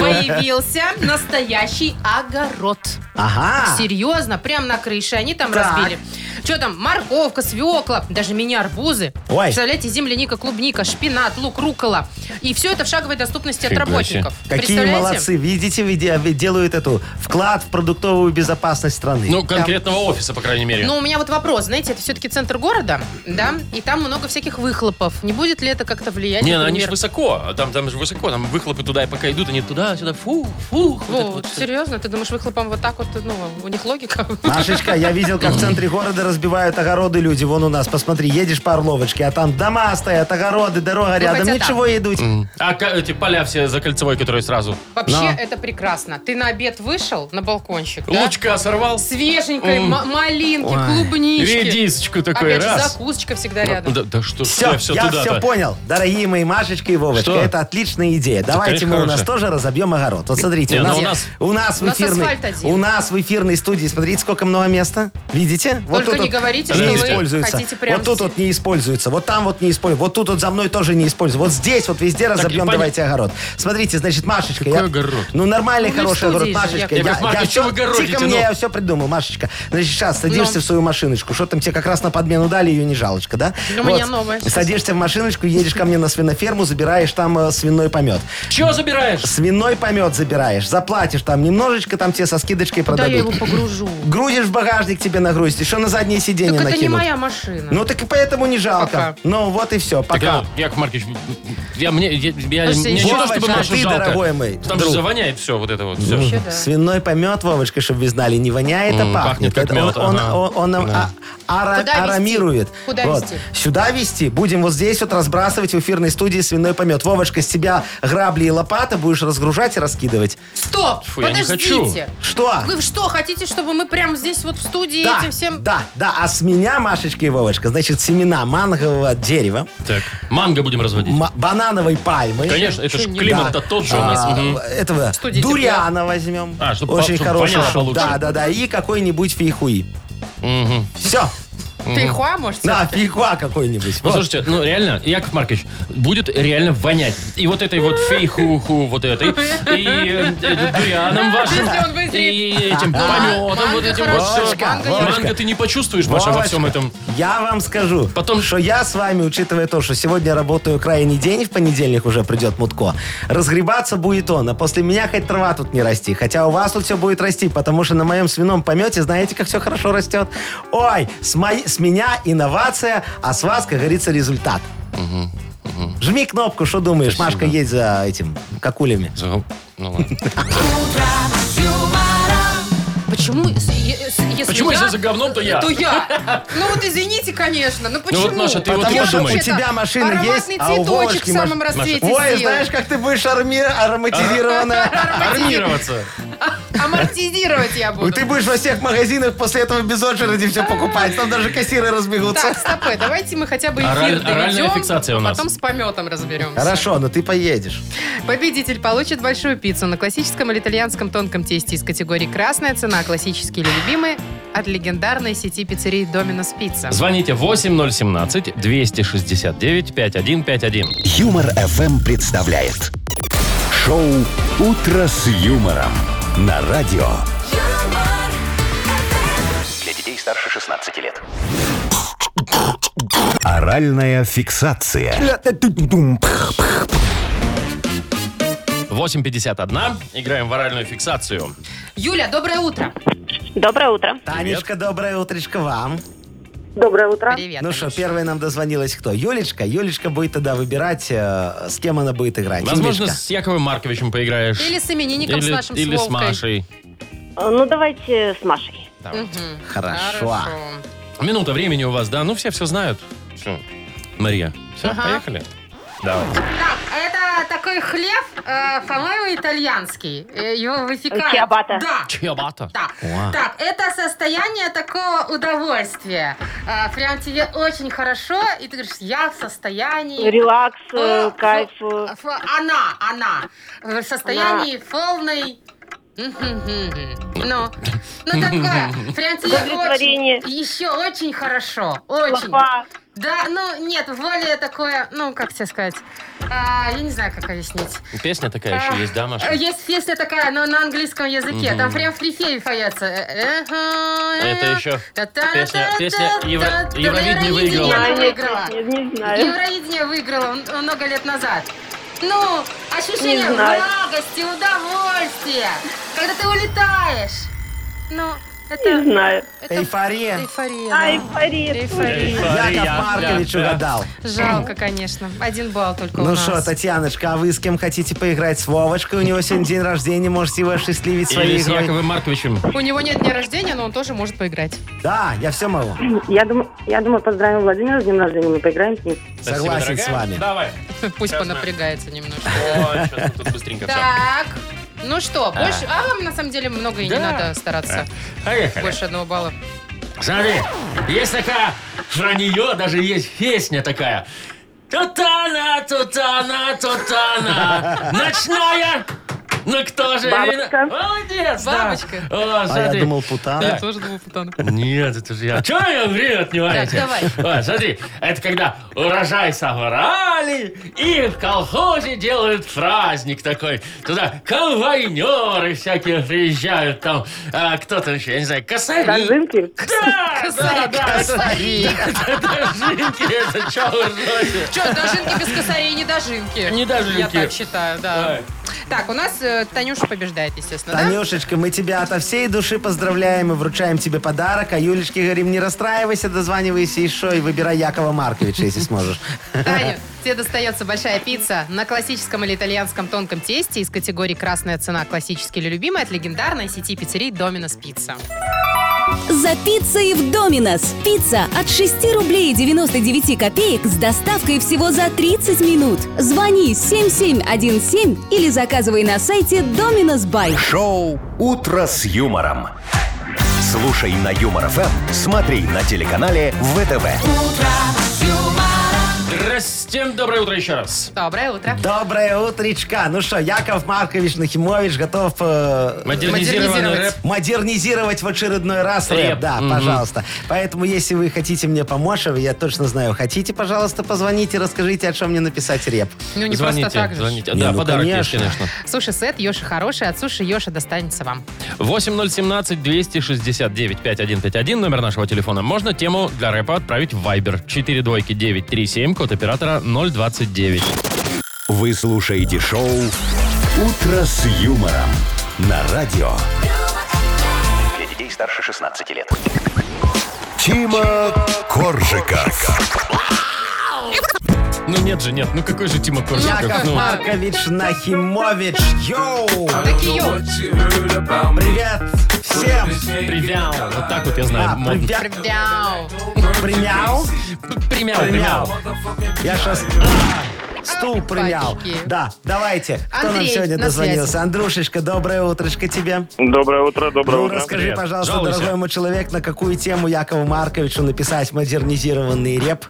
Speaker 4: Появился настоящий огород.
Speaker 3: Ага.
Speaker 4: Серьезно, прям на крыше. Они там
Speaker 3: А. Так.
Speaker 4: разбили. Что там, морковка, свекла, даже мини-арбузы.
Speaker 3: Ой.
Speaker 4: Представляете, земляника, клубника, шпинат, лук, рукола. И все это в шаговой доступности от
Speaker 2: Фига
Speaker 4: работников.
Speaker 3: Какие
Speaker 4: Представляете?
Speaker 3: молодцы. Видите, виде- делают эту вклад в продуктовую безопасность страны.
Speaker 2: Ну, конкретного офиса, по крайней мере.
Speaker 4: Но Ну, у меня вот вопрос, знаете, это все-таки центр города, да, и там много всяких выхлопов. Не будет ли это как-то влиять?
Speaker 2: не, ну,
Speaker 4: например?
Speaker 2: они же высоко, а там, там же высоко, там выхлопы туда и пока идут, они туда, сюда, фу, фу.
Speaker 4: Во, вот серьезно, ты думаешь, выхлопом вот так вот, ну, у них логика?
Speaker 3: Машечка, я видел, как в центре города разбивают огороды люди. Вон у нас, посмотри, едешь по Орловочке, а там дома стоят, огороды, дорога рядом,
Speaker 4: Ну, хотя да.
Speaker 3: ничего идут.
Speaker 2: А ка- эти поля все за кольцевой, которые сразу.
Speaker 4: Вообще,
Speaker 3: Но.
Speaker 4: это прекрасно. Ты на обед вышел на балкончик, да?
Speaker 2: Лучка сорвал,
Speaker 4: Свеженькой,
Speaker 2: М.
Speaker 4: м- малинки,
Speaker 3: Ой.
Speaker 4: клубнички.
Speaker 2: редисочку такой,
Speaker 4: Опять же,
Speaker 2: раз. Ну,
Speaker 4: закусочка всегда рядом.
Speaker 2: Да, да что, ж
Speaker 3: Все,
Speaker 2: я все
Speaker 3: я
Speaker 2: туда-то.
Speaker 3: все понял. Дорогие мои Машечка и Вовочка,
Speaker 2: Что?
Speaker 3: это отличная идея. Давайте
Speaker 2: конечно,
Speaker 3: мы у нас
Speaker 2: хорошая.
Speaker 3: тоже разобьем огород. Вот смотрите,
Speaker 2: Не,
Speaker 3: у,
Speaker 2: ну
Speaker 3: нас,
Speaker 2: у нас-
Speaker 3: у нас
Speaker 4: У
Speaker 3: в
Speaker 4: нас
Speaker 3: эфирной,
Speaker 4: асфальт один.
Speaker 3: у нас в эфирной студии, смотрите, сколько много места. Видите? Вот
Speaker 4: Только что не
Speaker 3: вот
Speaker 4: говорите,
Speaker 3: не
Speaker 4: что вы
Speaker 3: используется.
Speaker 4: хотите прям
Speaker 3: Вот тут вот не используется, вот там вот не используется, вот тут вот за мной тоже не используется. Вот здесь вот везде разобьем,
Speaker 2: и пон-
Speaker 3: давайте огород. Смотрите, значит, Машечка.
Speaker 2: Какой огород?
Speaker 3: Ну, нормальный,
Speaker 4: Ну, вы в
Speaker 3: хороший огород,
Speaker 4: студии же,
Speaker 3: Машечка.
Speaker 4: Яков
Speaker 2: Маркович, что
Speaker 3: всё-
Speaker 2: вы огородите,
Speaker 3: тихо мне,
Speaker 2: ну?
Speaker 3: я все придумал, Машечка. Значит, сейчас садишься
Speaker 4: Ну.
Speaker 3: в свою машиночку. Что там тебе как раз на подмену дали, ее не жалочка, да?
Speaker 4: Ну, у меня новая сейчас.
Speaker 3: Садишься в машиночку, едешь ко мне на свиноферму, забираешь там э, свиной помет.
Speaker 2: Чего забираешь?
Speaker 3: Свиной помет забираешь, заплатишь там немножечко, там тебе со скидочкой
Speaker 4: Да
Speaker 3: продадут.
Speaker 4: А я его погружу.
Speaker 3: Грузишь в багажник, тебе нагрузить, еще на заднее сиденье
Speaker 4: Так это не
Speaker 3: накинут.
Speaker 4: моя машина.
Speaker 3: Ну так и поэтому не жалко.
Speaker 4: Пока.
Speaker 3: Ну вот и все,
Speaker 2: Тогда,
Speaker 3: пока.
Speaker 2: Яков Маркович, я мне, я, я-
Speaker 4: Слушайте,
Speaker 2: мне не
Speaker 4: еще
Speaker 2: то, чтобы
Speaker 3: Вовочка,
Speaker 2: Машу
Speaker 4: а
Speaker 3: ты,
Speaker 2: жалко.
Speaker 3: дорогой мой
Speaker 2: Там же
Speaker 3: друг.
Speaker 2: завоняет все вот это вот. всё.
Speaker 4: Вообще да.
Speaker 3: Свиной помет, Вовочка, чтобы вы знали, не воняет, а
Speaker 2: М,
Speaker 3: пахнет.
Speaker 2: пахнет как
Speaker 3: Это он-
Speaker 2: мёд,
Speaker 3: он,
Speaker 2: ага.
Speaker 3: он- он нам
Speaker 2: Да.
Speaker 3: а- ара-
Speaker 4: Куда везти?
Speaker 3: арамирует.
Speaker 4: Куда
Speaker 3: Вот.
Speaker 4: везти?
Speaker 3: Сюда вести. Будем вот здесь вот разбрасывать в эфирной студии свиной помет. Вовочка, с тебя грабли и лопата будешь разгружать и раскидывать.
Speaker 4: Стоп!
Speaker 2: Фу, я не
Speaker 4: Подождите!
Speaker 3: Что?
Speaker 4: Вы что, хотите, чтобы мы прям здесь вот в студии
Speaker 3: да,
Speaker 4: этим всем...
Speaker 3: да, да. А с меня, Машечка и Вовочка, значит, семена мангового дерева,
Speaker 2: Так, манго будем разводить. Ну,
Speaker 3: ма- банановой пальмы.
Speaker 2: Конечно, это ж
Speaker 4: Чё, не-
Speaker 2: климат-то
Speaker 3: Да.
Speaker 2: тот же у нас.
Speaker 3: А,
Speaker 2: Мгм.
Speaker 3: Этого
Speaker 4: Студите,
Speaker 3: дуриана возьмем.
Speaker 2: А, чтоб-
Speaker 3: Очень
Speaker 2: чтоб
Speaker 3: хороший.
Speaker 2: понятно
Speaker 3: шоп.
Speaker 2: лучше.
Speaker 3: Да, да, да. И какой-нибудь фейхуи.
Speaker 2: Мгм.
Speaker 3: Все.
Speaker 4: Ты хуа, может?
Speaker 3: Да,
Speaker 4: всё-таки?
Speaker 3: фейхуа какой-нибудь.
Speaker 2: Ну,
Speaker 3: Вот.
Speaker 2: слушайте, ну реально, Яков Маркович, будет реально вонять. И вот этой вот фейхуху, вот этой, и э, э, дурианом вашим,
Speaker 4: Если он вызреет.
Speaker 2: и этим пометом, вот
Speaker 4: манго
Speaker 2: этим вот
Speaker 4: хорошо,
Speaker 2: всё.
Speaker 4: манго не
Speaker 2: Манго ты не почувствуешь, Маша, во
Speaker 3: Вовочка,
Speaker 2: всем этом.
Speaker 3: Я вам скажу,
Speaker 2: Потом-
Speaker 3: что я с вами, учитывая то, что сегодня я работаю крайний день, в понедельник уже придет Мутко, разгребаться будет он, а после меня хоть трава тут не расти. Хотя у вас тут все будет расти, потому что на моем свином помете, знаете, как все хорошо растет? Ой, с, моей- с меня инновация, а с вас, как говорится, результат. Жми кнопку, что думаешь? Машка, едь за этим, какулями.
Speaker 2: Ну ладно.
Speaker 4: Почему, с- е- с- если
Speaker 2: Почему
Speaker 4: я,
Speaker 2: если за говном, то я?
Speaker 4: то я? Ну вот извините, конечно, ну почему?
Speaker 2: вот, Маша, ты вот
Speaker 3: Потому
Speaker 2: я
Speaker 3: что
Speaker 2: думаю.
Speaker 3: у тебя машина есть,
Speaker 4: ароматный
Speaker 3: а у
Speaker 4: цветочек
Speaker 3: Вовочки
Speaker 4: в
Speaker 3: маш-
Speaker 4: самом расцвете
Speaker 3: Ой,
Speaker 4: сил.
Speaker 3: знаешь, как ты будешь арми... ароматизированная.
Speaker 2: Армироваться.
Speaker 4: Амортизировать я буду.
Speaker 3: Ой, Ты будешь во всех магазинах после этого без очереди все покупать. Там даже кассиры разбегутся.
Speaker 4: Так, стопэ, давайте мы хотя бы эфир
Speaker 2: Ораль-
Speaker 4: доведем,
Speaker 2: оральная фиксация у нас.
Speaker 4: потом с пометом разберемся.
Speaker 3: Хорошо, но ты поедешь.
Speaker 4: Победитель получит большую пиццу на классическом или итальянском тонком тесте из категории «Красная цена», «Классические или любимые» от легендарной сети пиццерий «Доминос Пицца».
Speaker 2: Звоните 8017-269-5151.
Speaker 1: Юмор FM представляет шоу Утро с юмором на радио.
Speaker 7: юмор,
Speaker 6: Для детей старше 16 лет.
Speaker 1: Оральная фиксация.
Speaker 2: 8.51. Играем в оральную фиксацию.
Speaker 4: Юля, доброе утро.
Speaker 8: Доброе утро.
Speaker 3: Танечка, доброе утречко вам.
Speaker 8: Доброе утро.
Speaker 4: Привет.
Speaker 3: Ну что, первая нам дозвонилась кто? Юлечка? Юлечка будет тогда выбирать, э, с кем она будет играть.
Speaker 2: Возможно,
Speaker 3: Юлечка.
Speaker 2: с Яковым Марковичем поиграешь.
Speaker 4: Или с именинником с
Speaker 2: Или-
Speaker 4: нашим
Speaker 2: или с
Speaker 4: Вовкой.
Speaker 2: Машей.
Speaker 8: Э, Ну, давайте с Машей.
Speaker 3: Хорошо.
Speaker 2: Минута времени у вас, да? Ну, все все знают. Всё. Мария, все,
Speaker 4: Ага.
Speaker 2: поехали. Давай.
Speaker 4: Так, это такой хлеб, э, по-моему, итальянский. Э, Его выпекают.
Speaker 8: Чиабатта.
Speaker 4: Да.
Speaker 2: Чиабатта.
Speaker 4: Да.
Speaker 3: О.
Speaker 4: Так, это состояние такого удовольствия. Э, Прям тебе очень хорошо, и ты говоришь, я в состоянии...
Speaker 8: Релакс,
Speaker 4: Э,
Speaker 8: э, кайф. э,
Speaker 4: ф- ф- Она, она. В состоянии полной... Мгм-гм-гм. Ну, ну такое, прям тебе
Speaker 8: Удовлетворение.
Speaker 4: очень, еще очень хорошо, очень.
Speaker 8: Лафа.
Speaker 4: Да, ну нет, более такое, ну как тебе сказать, А, я не знаю, как объяснить.
Speaker 2: Песня такая еще
Speaker 4: А,
Speaker 2: есть, да, Маша?
Speaker 4: э, Есть песня такая, но на английском языке, там прям в припеве поется. Э, Это
Speaker 2: Это
Speaker 4: э,
Speaker 2: еще песня, песня Евро- Евровидение выиграла.
Speaker 8: А, нет,
Speaker 4: выиграла.
Speaker 8: нет, не знаю.
Speaker 4: Евровидение выиграла м- много лет назад. Ну, ощущение
Speaker 8: Не знаю.
Speaker 4: благости, удовольствия, когда ты улетаешь. Ну,
Speaker 8: Не
Speaker 4: это
Speaker 8: знаю.
Speaker 3: Эйфория.
Speaker 4: эйфория. да.
Speaker 8: Ай, Борис.
Speaker 4: Эйфория.
Speaker 3: Яков
Speaker 2: Мария,
Speaker 3: Маркович
Speaker 2: да, да.
Speaker 3: угадал.
Speaker 4: Жалко, конечно. Один балл только у
Speaker 3: Ну
Speaker 4: нас.
Speaker 3: что, Татьяночка, а вы с кем хотите поиграть? С Вовочкой? У него сегодня день рождения, можете его осчастливить
Speaker 2: Или
Speaker 3: своей
Speaker 2: с
Speaker 3: игрой.
Speaker 2: Яковым Марковичем.
Speaker 4: У него нет дня рождения, но он тоже может поиграть.
Speaker 3: Да, я все могу.
Speaker 8: Я думаю, я думаю, поздравим Владимира с днем рождения, мы поиграем с ним.
Speaker 2: Спасибо,
Speaker 3: Согласен с
Speaker 2: дорогая.
Speaker 3: вами.
Speaker 2: Давай.
Speaker 4: Пусть
Speaker 2: Ясно.
Speaker 4: понапрягается немножко.
Speaker 2: Ой, сейчас мы тут быстренько все.
Speaker 4: Так, ну что, больше... А вам, на самом деле, много и не
Speaker 2: Да. А,
Speaker 4: надо стараться.
Speaker 2: Поехали.
Speaker 4: Больше одного балла.
Speaker 2: Смотри, есть такая, про нее даже есть песня такая. Тут она, тут она, тут она, ночная Ну кто же?
Speaker 8: Бабочка.
Speaker 2: вина- Молодец, да.
Speaker 4: Бабочка.
Speaker 2: О,
Speaker 3: А я
Speaker 2: смотри.
Speaker 3: думал, путан.
Speaker 4: Я тоже думаю, путану.
Speaker 2: Нет, это же я. Чего я время отнимаете?
Speaker 4: Так,
Speaker 2: давай. смотри, это когда урожай собрали, и в колхозе делают праздник такой. Туда конвойнеры всякие приезжают, там а, кто-то еще, я не знаю, косарь.
Speaker 8: Корзинки?
Speaker 2: Да, да,
Speaker 4: Косарь,
Speaker 2: да,
Speaker 4: косари.
Speaker 2: это- это жинки, это чё вы ржёте?
Speaker 4: Че, дожинки без косарей не дожинки.
Speaker 2: Не дожинки.
Speaker 4: Я так считаю, да.
Speaker 2: Ой.
Speaker 4: Так, у нас э, Танюша побеждает, естественно, да?
Speaker 3: Танюшечка, мы тебя ото всей души поздравляем и вручаем тебе подарок. А Юлечке говорим, не расстраивайся, дозванивайся еще и выбирай Якова Марковича, если сможешь.
Speaker 4: Таню, тебе достается большая пицца на классическом или итальянском тонком тесте из категории «Красная цена. Классический или любимый» от легендарной сети пиццерий «Доминос Пицца».
Speaker 7: За пиццей в Доминос. Пицца от 6 рублей 99 копеек с доставкой всего за 30 минут. Звони 7717 или заказывай на сайте Доминос Бай.
Speaker 1: Шоу «Утро с юмором». Слушай на Юмор ФМ, смотри на телеканале ВТВ.
Speaker 2: Здрасте, доброе утро еще раз.
Speaker 4: Доброе утро.
Speaker 3: Доброе утречка. Ну что, Яков Маркович Нахимович готов э,
Speaker 2: Модернизированный рэп.
Speaker 4: Модернизировать.
Speaker 3: модернизировать в очередной раз рэп.
Speaker 2: Рэп,
Speaker 3: Да,
Speaker 2: мгм.
Speaker 3: пожалуйста. Поэтому, если вы хотите мне помочь, а я точно знаю, хотите, пожалуйста, позвоните, расскажите, о чем мне написать реп.
Speaker 4: Ну, не
Speaker 2: звоните,
Speaker 4: просто так же.
Speaker 2: звоните.
Speaker 3: Не,
Speaker 2: Да,
Speaker 3: ну,
Speaker 2: подарок есть,
Speaker 3: конечно.
Speaker 2: конечно.
Speaker 4: Суши-сет Йоши хороший, от суши Йоши достанется вам.
Speaker 2: 8017-269-5151, номер нашего телефона. Можно тему для рэпа отправить в Viber. 4 двойки 937, код оператора 029.
Speaker 1: Вы слушаете шоу «Утро с юмором» на радио.
Speaker 6: Для детей старше 16 лет.
Speaker 1: Тима Коржика.
Speaker 2: Ну нет же, нет, ну какой же Тима Коржиков?
Speaker 3: Яков
Speaker 2: Ну,
Speaker 3: Маркович Нахимович. Йоу!
Speaker 4: Такие йоу.
Speaker 3: Привет всем!
Speaker 2: привял. Вот так вот я знаю.
Speaker 3: А,
Speaker 2: модно.
Speaker 3: привет.
Speaker 4: Мяу.
Speaker 3: Примял?
Speaker 2: Примял,
Speaker 3: Примял.
Speaker 2: примял.
Speaker 3: Я сейчас... Стул примял.
Speaker 4: А ну, пачки.
Speaker 3: Да, давайте. Кто нам
Speaker 4: Андрей
Speaker 3: сегодня
Speaker 4: на связи.
Speaker 3: дозвонился? Андрюшечка, доброе утречко тебе.
Speaker 5: Доброе утро, доброе
Speaker 3: Ну,
Speaker 5: утро.
Speaker 3: расскажи,
Speaker 2: Привет.
Speaker 3: пожалуйста,
Speaker 2: Жалуйся.
Speaker 3: дорогой мой человек, на какую тему Якову Марковичу написать модернизированный реп?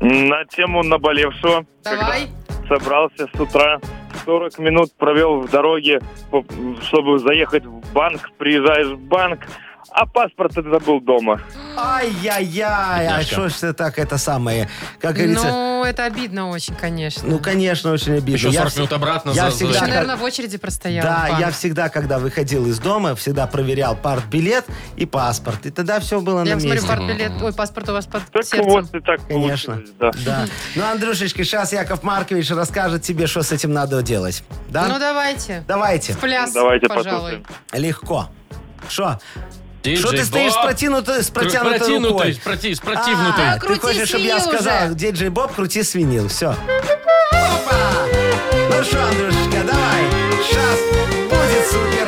Speaker 5: На тему наболевшего.
Speaker 4: Давай.
Speaker 5: Когда собрался с утра, 40 минут провел в дороге, по- чтобы заехать в банк. Приезжаешь в банк, а паспорт ты забыл дома.
Speaker 3: Ай-яй-яй, а
Speaker 2: Бедняжка.
Speaker 3: что ж ты так, это самое, как говорится...
Speaker 4: Ну, это обидно очень, конечно.
Speaker 3: Ну, конечно, очень обидно.
Speaker 2: Еще
Speaker 3: Я
Speaker 2: 40
Speaker 3: вс-
Speaker 2: минут обратно
Speaker 3: я
Speaker 2: за-
Speaker 3: всегда-
Speaker 2: за-
Speaker 4: Еще,
Speaker 3: да,
Speaker 4: наверное, в очереди простоял.
Speaker 3: Да,
Speaker 4: в банк.
Speaker 3: я всегда, когда выходил из дома, всегда проверял партбилет и паспорт. И тогда все было
Speaker 4: Я
Speaker 3: на
Speaker 4: смотрю,
Speaker 3: месте.
Speaker 4: партбилет- ой, паспорт у вас под
Speaker 5: Так
Speaker 4: сердцем.
Speaker 5: вот и так
Speaker 3: Конечно.
Speaker 5: получилось. Да.
Speaker 3: Да. Ну, Андрюшечка, сейчас Яков Маркович расскажет тебе, что с этим надо делать. Да?
Speaker 4: Ну, давайте.
Speaker 3: Давайте.
Speaker 4: В пляс,
Speaker 5: Давайте
Speaker 4: пожалуй.
Speaker 5: послушаем.
Speaker 3: Легко. Что?
Speaker 2: Диджей
Speaker 3: Что ты стоишь с
Speaker 2: Боб.
Speaker 3: протянутой, с протянутой
Speaker 2: Протянутой,
Speaker 3: рукой?
Speaker 2: с проти- с
Speaker 3: А,
Speaker 2: противнутой.
Speaker 4: Крути
Speaker 3: ты хочешь, чтобы я
Speaker 4: свинил уже.
Speaker 3: сказал, диджей Боб, крути свинил. Все. Ну что, Андрюшечка, давай. Сейчас будет супер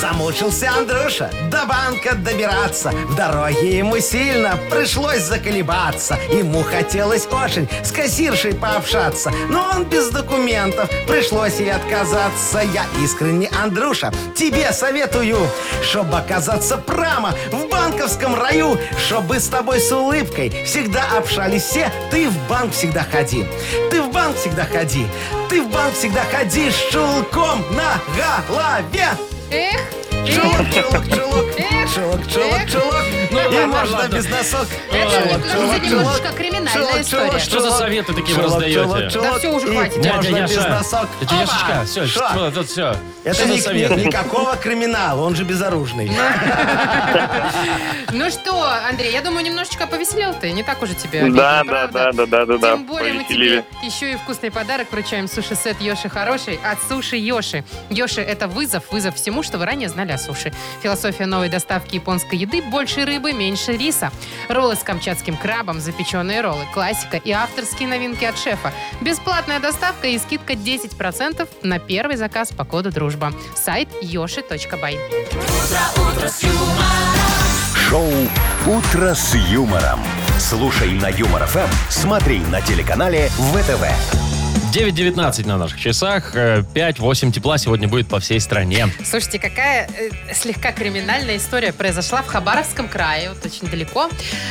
Speaker 3: Замучился Андрюша до банка добираться. В дороге ему сильно пришлось заколебаться. Ему хотелось очень с кассиршей пообщаться. Но он без документов, пришлось ей отказаться. Я искренне, Андрюша, тебе советую, чтобы оказаться прямо в банковском раю, чтобы с тобой с улыбкой всегда общались все. Ты в банк всегда ходи, ты в банк всегда ходи, ты в банк всегда ходи с чулком на голове.
Speaker 4: Эх,
Speaker 3: Чулок, чулок, чулок.
Speaker 4: Эх,
Speaker 3: Чулок, чулок,
Speaker 4: эх.
Speaker 3: чулок.
Speaker 2: Ну,
Speaker 3: И
Speaker 2: ладно,
Speaker 3: можно
Speaker 2: ладно.
Speaker 3: без носок.
Speaker 4: Это
Speaker 3: Чулок,
Speaker 4: уже
Speaker 3: чулок,
Speaker 4: немножечко
Speaker 3: чулок.
Speaker 4: криминальная
Speaker 3: Чулок,
Speaker 4: история.
Speaker 3: чулок,
Speaker 2: Что за
Speaker 3: чулок.
Speaker 2: советы такие вы
Speaker 3: Чулок,
Speaker 2: раздаете?
Speaker 3: чулок, чулок.
Speaker 4: Да всё уже
Speaker 3: И
Speaker 4: хватит.
Speaker 2: Дядя
Speaker 3: Можно без
Speaker 2: Яша.
Speaker 3: носок.
Speaker 2: Дядя Яшечка, все,
Speaker 3: Шо?
Speaker 2: тут все.
Speaker 3: Это
Speaker 2: что за
Speaker 3: ни-
Speaker 2: совет?
Speaker 3: ни- никакого криминала, он же безоружный.
Speaker 4: ну что, Андрей, я думаю, немножечко повеселил ты. Не так уже тебе. обидно,
Speaker 5: Да, да,
Speaker 4: правда?
Speaker 5: да, да, да, да, да.
Speaker 4: Тем более мы
Speaker 5: повеселили.
Speaker 4: тебе еще и вкусный подарок вручаем суши-сет Йоши Хороший от Суши Йоши. Йоши – это вызов, вызов всему, что вы ранее знали о суши. Философия новой доставки японской еды – больше рыбы, меньше риса. Роллы с камчатским крабом, запеченные роллы, классика и авторские новинки от шефа. Бесплатная доставка и скидка 10% на первый заказ по коду «Дружба». Сайт yoshi.by.
Speaker 1: Шоу «Утро с юмором». Слушай на Юмор ФМ, смотри на телеканале ВТВ.
Speaker 2: 9.19 на наших часах, э, 5-8 тепла сегодня будет по всей стране.
Speaker 4: Слушайте, какая э, слегка криминальная история произошла в Хабаровском крае, вот очень далеко.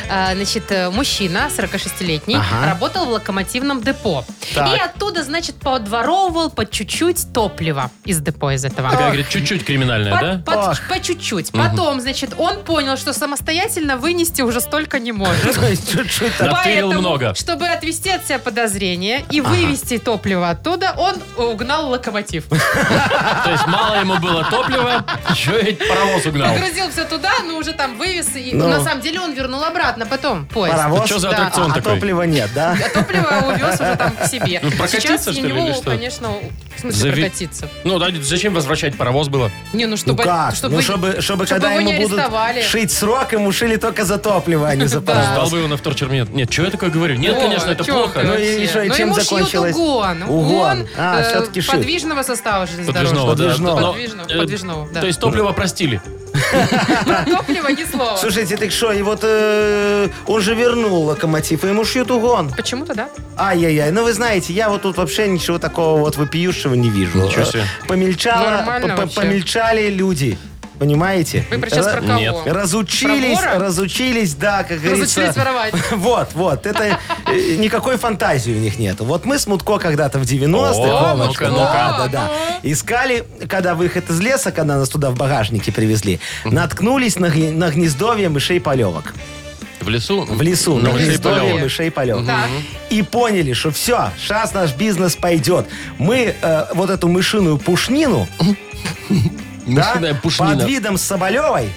Speaker 4: Э, значит, э, мужчина, 46-летний,
Speaker 3: Ага.
Speaker 4: работал в локомотивном депо.
Speaker 3: Так.
Speaker 4: И оттуда, значит, подворовывал по чуть-чуть топливо из депо из этого.
Speaker 2: Такая, говорит, чуть-чуть криминальная,
Speaker 4: По-
Speaker 2: да?
Speaker 4: по-
Speaker 3: Ох.
Speaker 4: по чуть-чуть. Потом, значит, он понял, что самостоятельно вынести уже столько не может.
Speaker 3: То есть чуть-чуть так.
Speaker 2: Натырил
Speaker 4: Поэтому,
Speaker 2: много.
Speaker 4: чтобы отвести от себя подозрения и вывести топливо оттуда, он угнал локомотив.
Speaker 2: То есть мало ему было топлива, еще и паровоз угнал.
Speaker 4: Погрузил все туда, но уже там вывез. И
Speaker 3: Ну.
Speaker 4: на самом деле он вернул обратно потом поезд.
Speaker 3: Паровоз.
Speaker 2: Что за
Speaker 4: Да.
Speaker 2: аттракцион
Speaker 3: а, а
Speaker 2: такой?
Speaker 3: топлива нет, да?
Speaker 4: А топливо увез уже там к себе.
Speaker 2: Ну, прокатиться,
Speaker 4: Сейчас
Speaker 2: что
Speaker 4: у
Speaker 2: ли,
Speaker 4: него,
Speaker 2: или что?
Speaker 4: конечно, в смысле
Speaker 2: Зави-
Speaker 4: прокатиться.
Speaker 2: Ну, да, зачем возвращать паровоз было?
Speaker 4: Не, ну чтобы...
Speaker 3: ну как?
Speaker 4: Чтобы,
Speaker 3: ну, чтобы, чтобы,
Speaker 4: чтобы
Speaker 3: когда
Speaker 4: его
Speaker 3: ему
Speaker 4: не
Speaker 3: будут
Speaker 4: арестовали.
Speaker 3: шить срок, ему шили только за топливо, а не за
Speaker 4: Да.
Speaker 3: паровоз.
Speaker 2: Сдал бы его на вторчерминет. Нет, что я такое говорю? Нет,
Speaker 4: О,
Speaker 2: конечно, это
Speaker 4: чё
Speaker 2: плохо.
Speaker 4: ты
Speaker 3: Ну и
Speaker 4: вообще.
Speaker 3: что, и
Speaker 4: Но
Speaker 3: чем
Speaker 4: ему шьют
Speaker 3: закончилось?
Speaker 4: угон. э,
Speaker 3: Угон. А, всё-таки шьют.
Speaker 4: Подвижного состава железнодорожного.
Speaker 2: Подвижного, да.
Speaker 3: Подвижного.
Speaker 2: Но,
Speaker 4: Подвижного,
Speaker 2: э,
Speaker 4: подвижного, да.
Speaker 2: То есть топливо простили.
Speaker 4: Про топливо ни слова.
Speaker 3: Слушайте, так что, и вот э, он же вернул локомотив, и ему шьют угон.
Speaker 4: Почему-то, да?
Speaker 3: Ай-яй-яй, ну вы знаете, я вот тут вообще ничего такого вот вопиющего не вижу.
Speaker 2: Ничего себе.
Speaker 3: Помельчало,
Speaker 4: Нормально
Speaker 3: по- по-
Speaker 4: вообще.
Speaker 3: помельчали люди. Понимаете?
Speaker 4: Вы про- сейчас про кого?
Speaker 2: Нет.
Speaker 3: Разучились,
Speaker 4: Про вора?
Speaker 3: разучились, да, как говорится.
Speaker 4: Разучились воровать.
Speaker 3: Вот, вот. Это э, никакой фантазии у них нету. Вот мы с Мутко когда-то в 90-е,
Speaker 2: О,
Speaker 3: Вовочка,
Speaker 2: ну-ка,
Speaker 3: да,
Speaker 2: ну-ка.
Speaker 3: да, да, искали, когда выход из леса, когда нас туда в багажнике привезли, наткнулись на, гни- на гнездовье мышей полевок.
Speaker 2: В лесу?
Speaker 3: В лесу,
Speaker 2: На
Speaker 3: на
Speaker 2: мышей
Speaker 3: гнездовье
Speaker 2: полевок.
Speaker 3: мышей полевок.
Speaker 4: Так.
Speaker 3: И поняли, что все, сейчас наш бизнес пойдет. Мы э, вот эту мышиную пушнину да,
Speaker 2: Мышиная пушнина.
Speaker 3: под видом Соболевой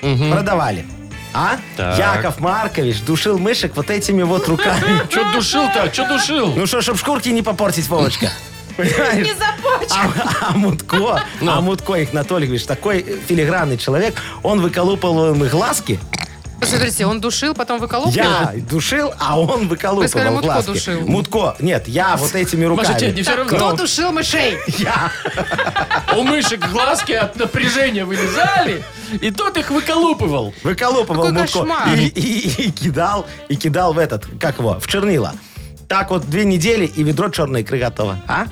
Speaker 3: продавали. А?
Speaker 2: Так.
Speaker 3: Яков Маркович душил мышек вот этими вот руками.
Speaker 2: Че душил-то? Че душил?
Speaker 3: Ну что, чтоб шкурки не попортить, Вовочка. Понимаешь?
Speaker 4: Не започь.
Speaker 3: А, а Мутко,
Speaker 2: Ну.
Speaker 3: а Мутко Игнатолий, говоришь, такой филигранный человек, он выколупал им их глазки.
Speaker 4: Смотрите, он душил, потом выколупал.
Speaker 3: Я душил, а он выколупал
Speaker 4: Вы сказали, Мутко
Speaker 3: глазки.
Speaker 4: душил.
Speaker 3: Мутко, нет, я вот этими руками.
Speaker 2: Маша, тебе не все
Speaker 4: Так, кто
Speaker 2: равно?
Speaker 4: душил мышей?
Speaker 3: Я.
Speaker 2: А У мышек глазки от напряжения вылезали, и тот их выколупывал.
Speaker 3: Выколупывал
Speaker 4: Какой
Speaker 3: Мутко.
Speaker 4: кошмар.
Speaker 3: И, и- и кидал, и кидал в этот, как его, в чернила. Так вот две недели, и ведро черной икры готово. А?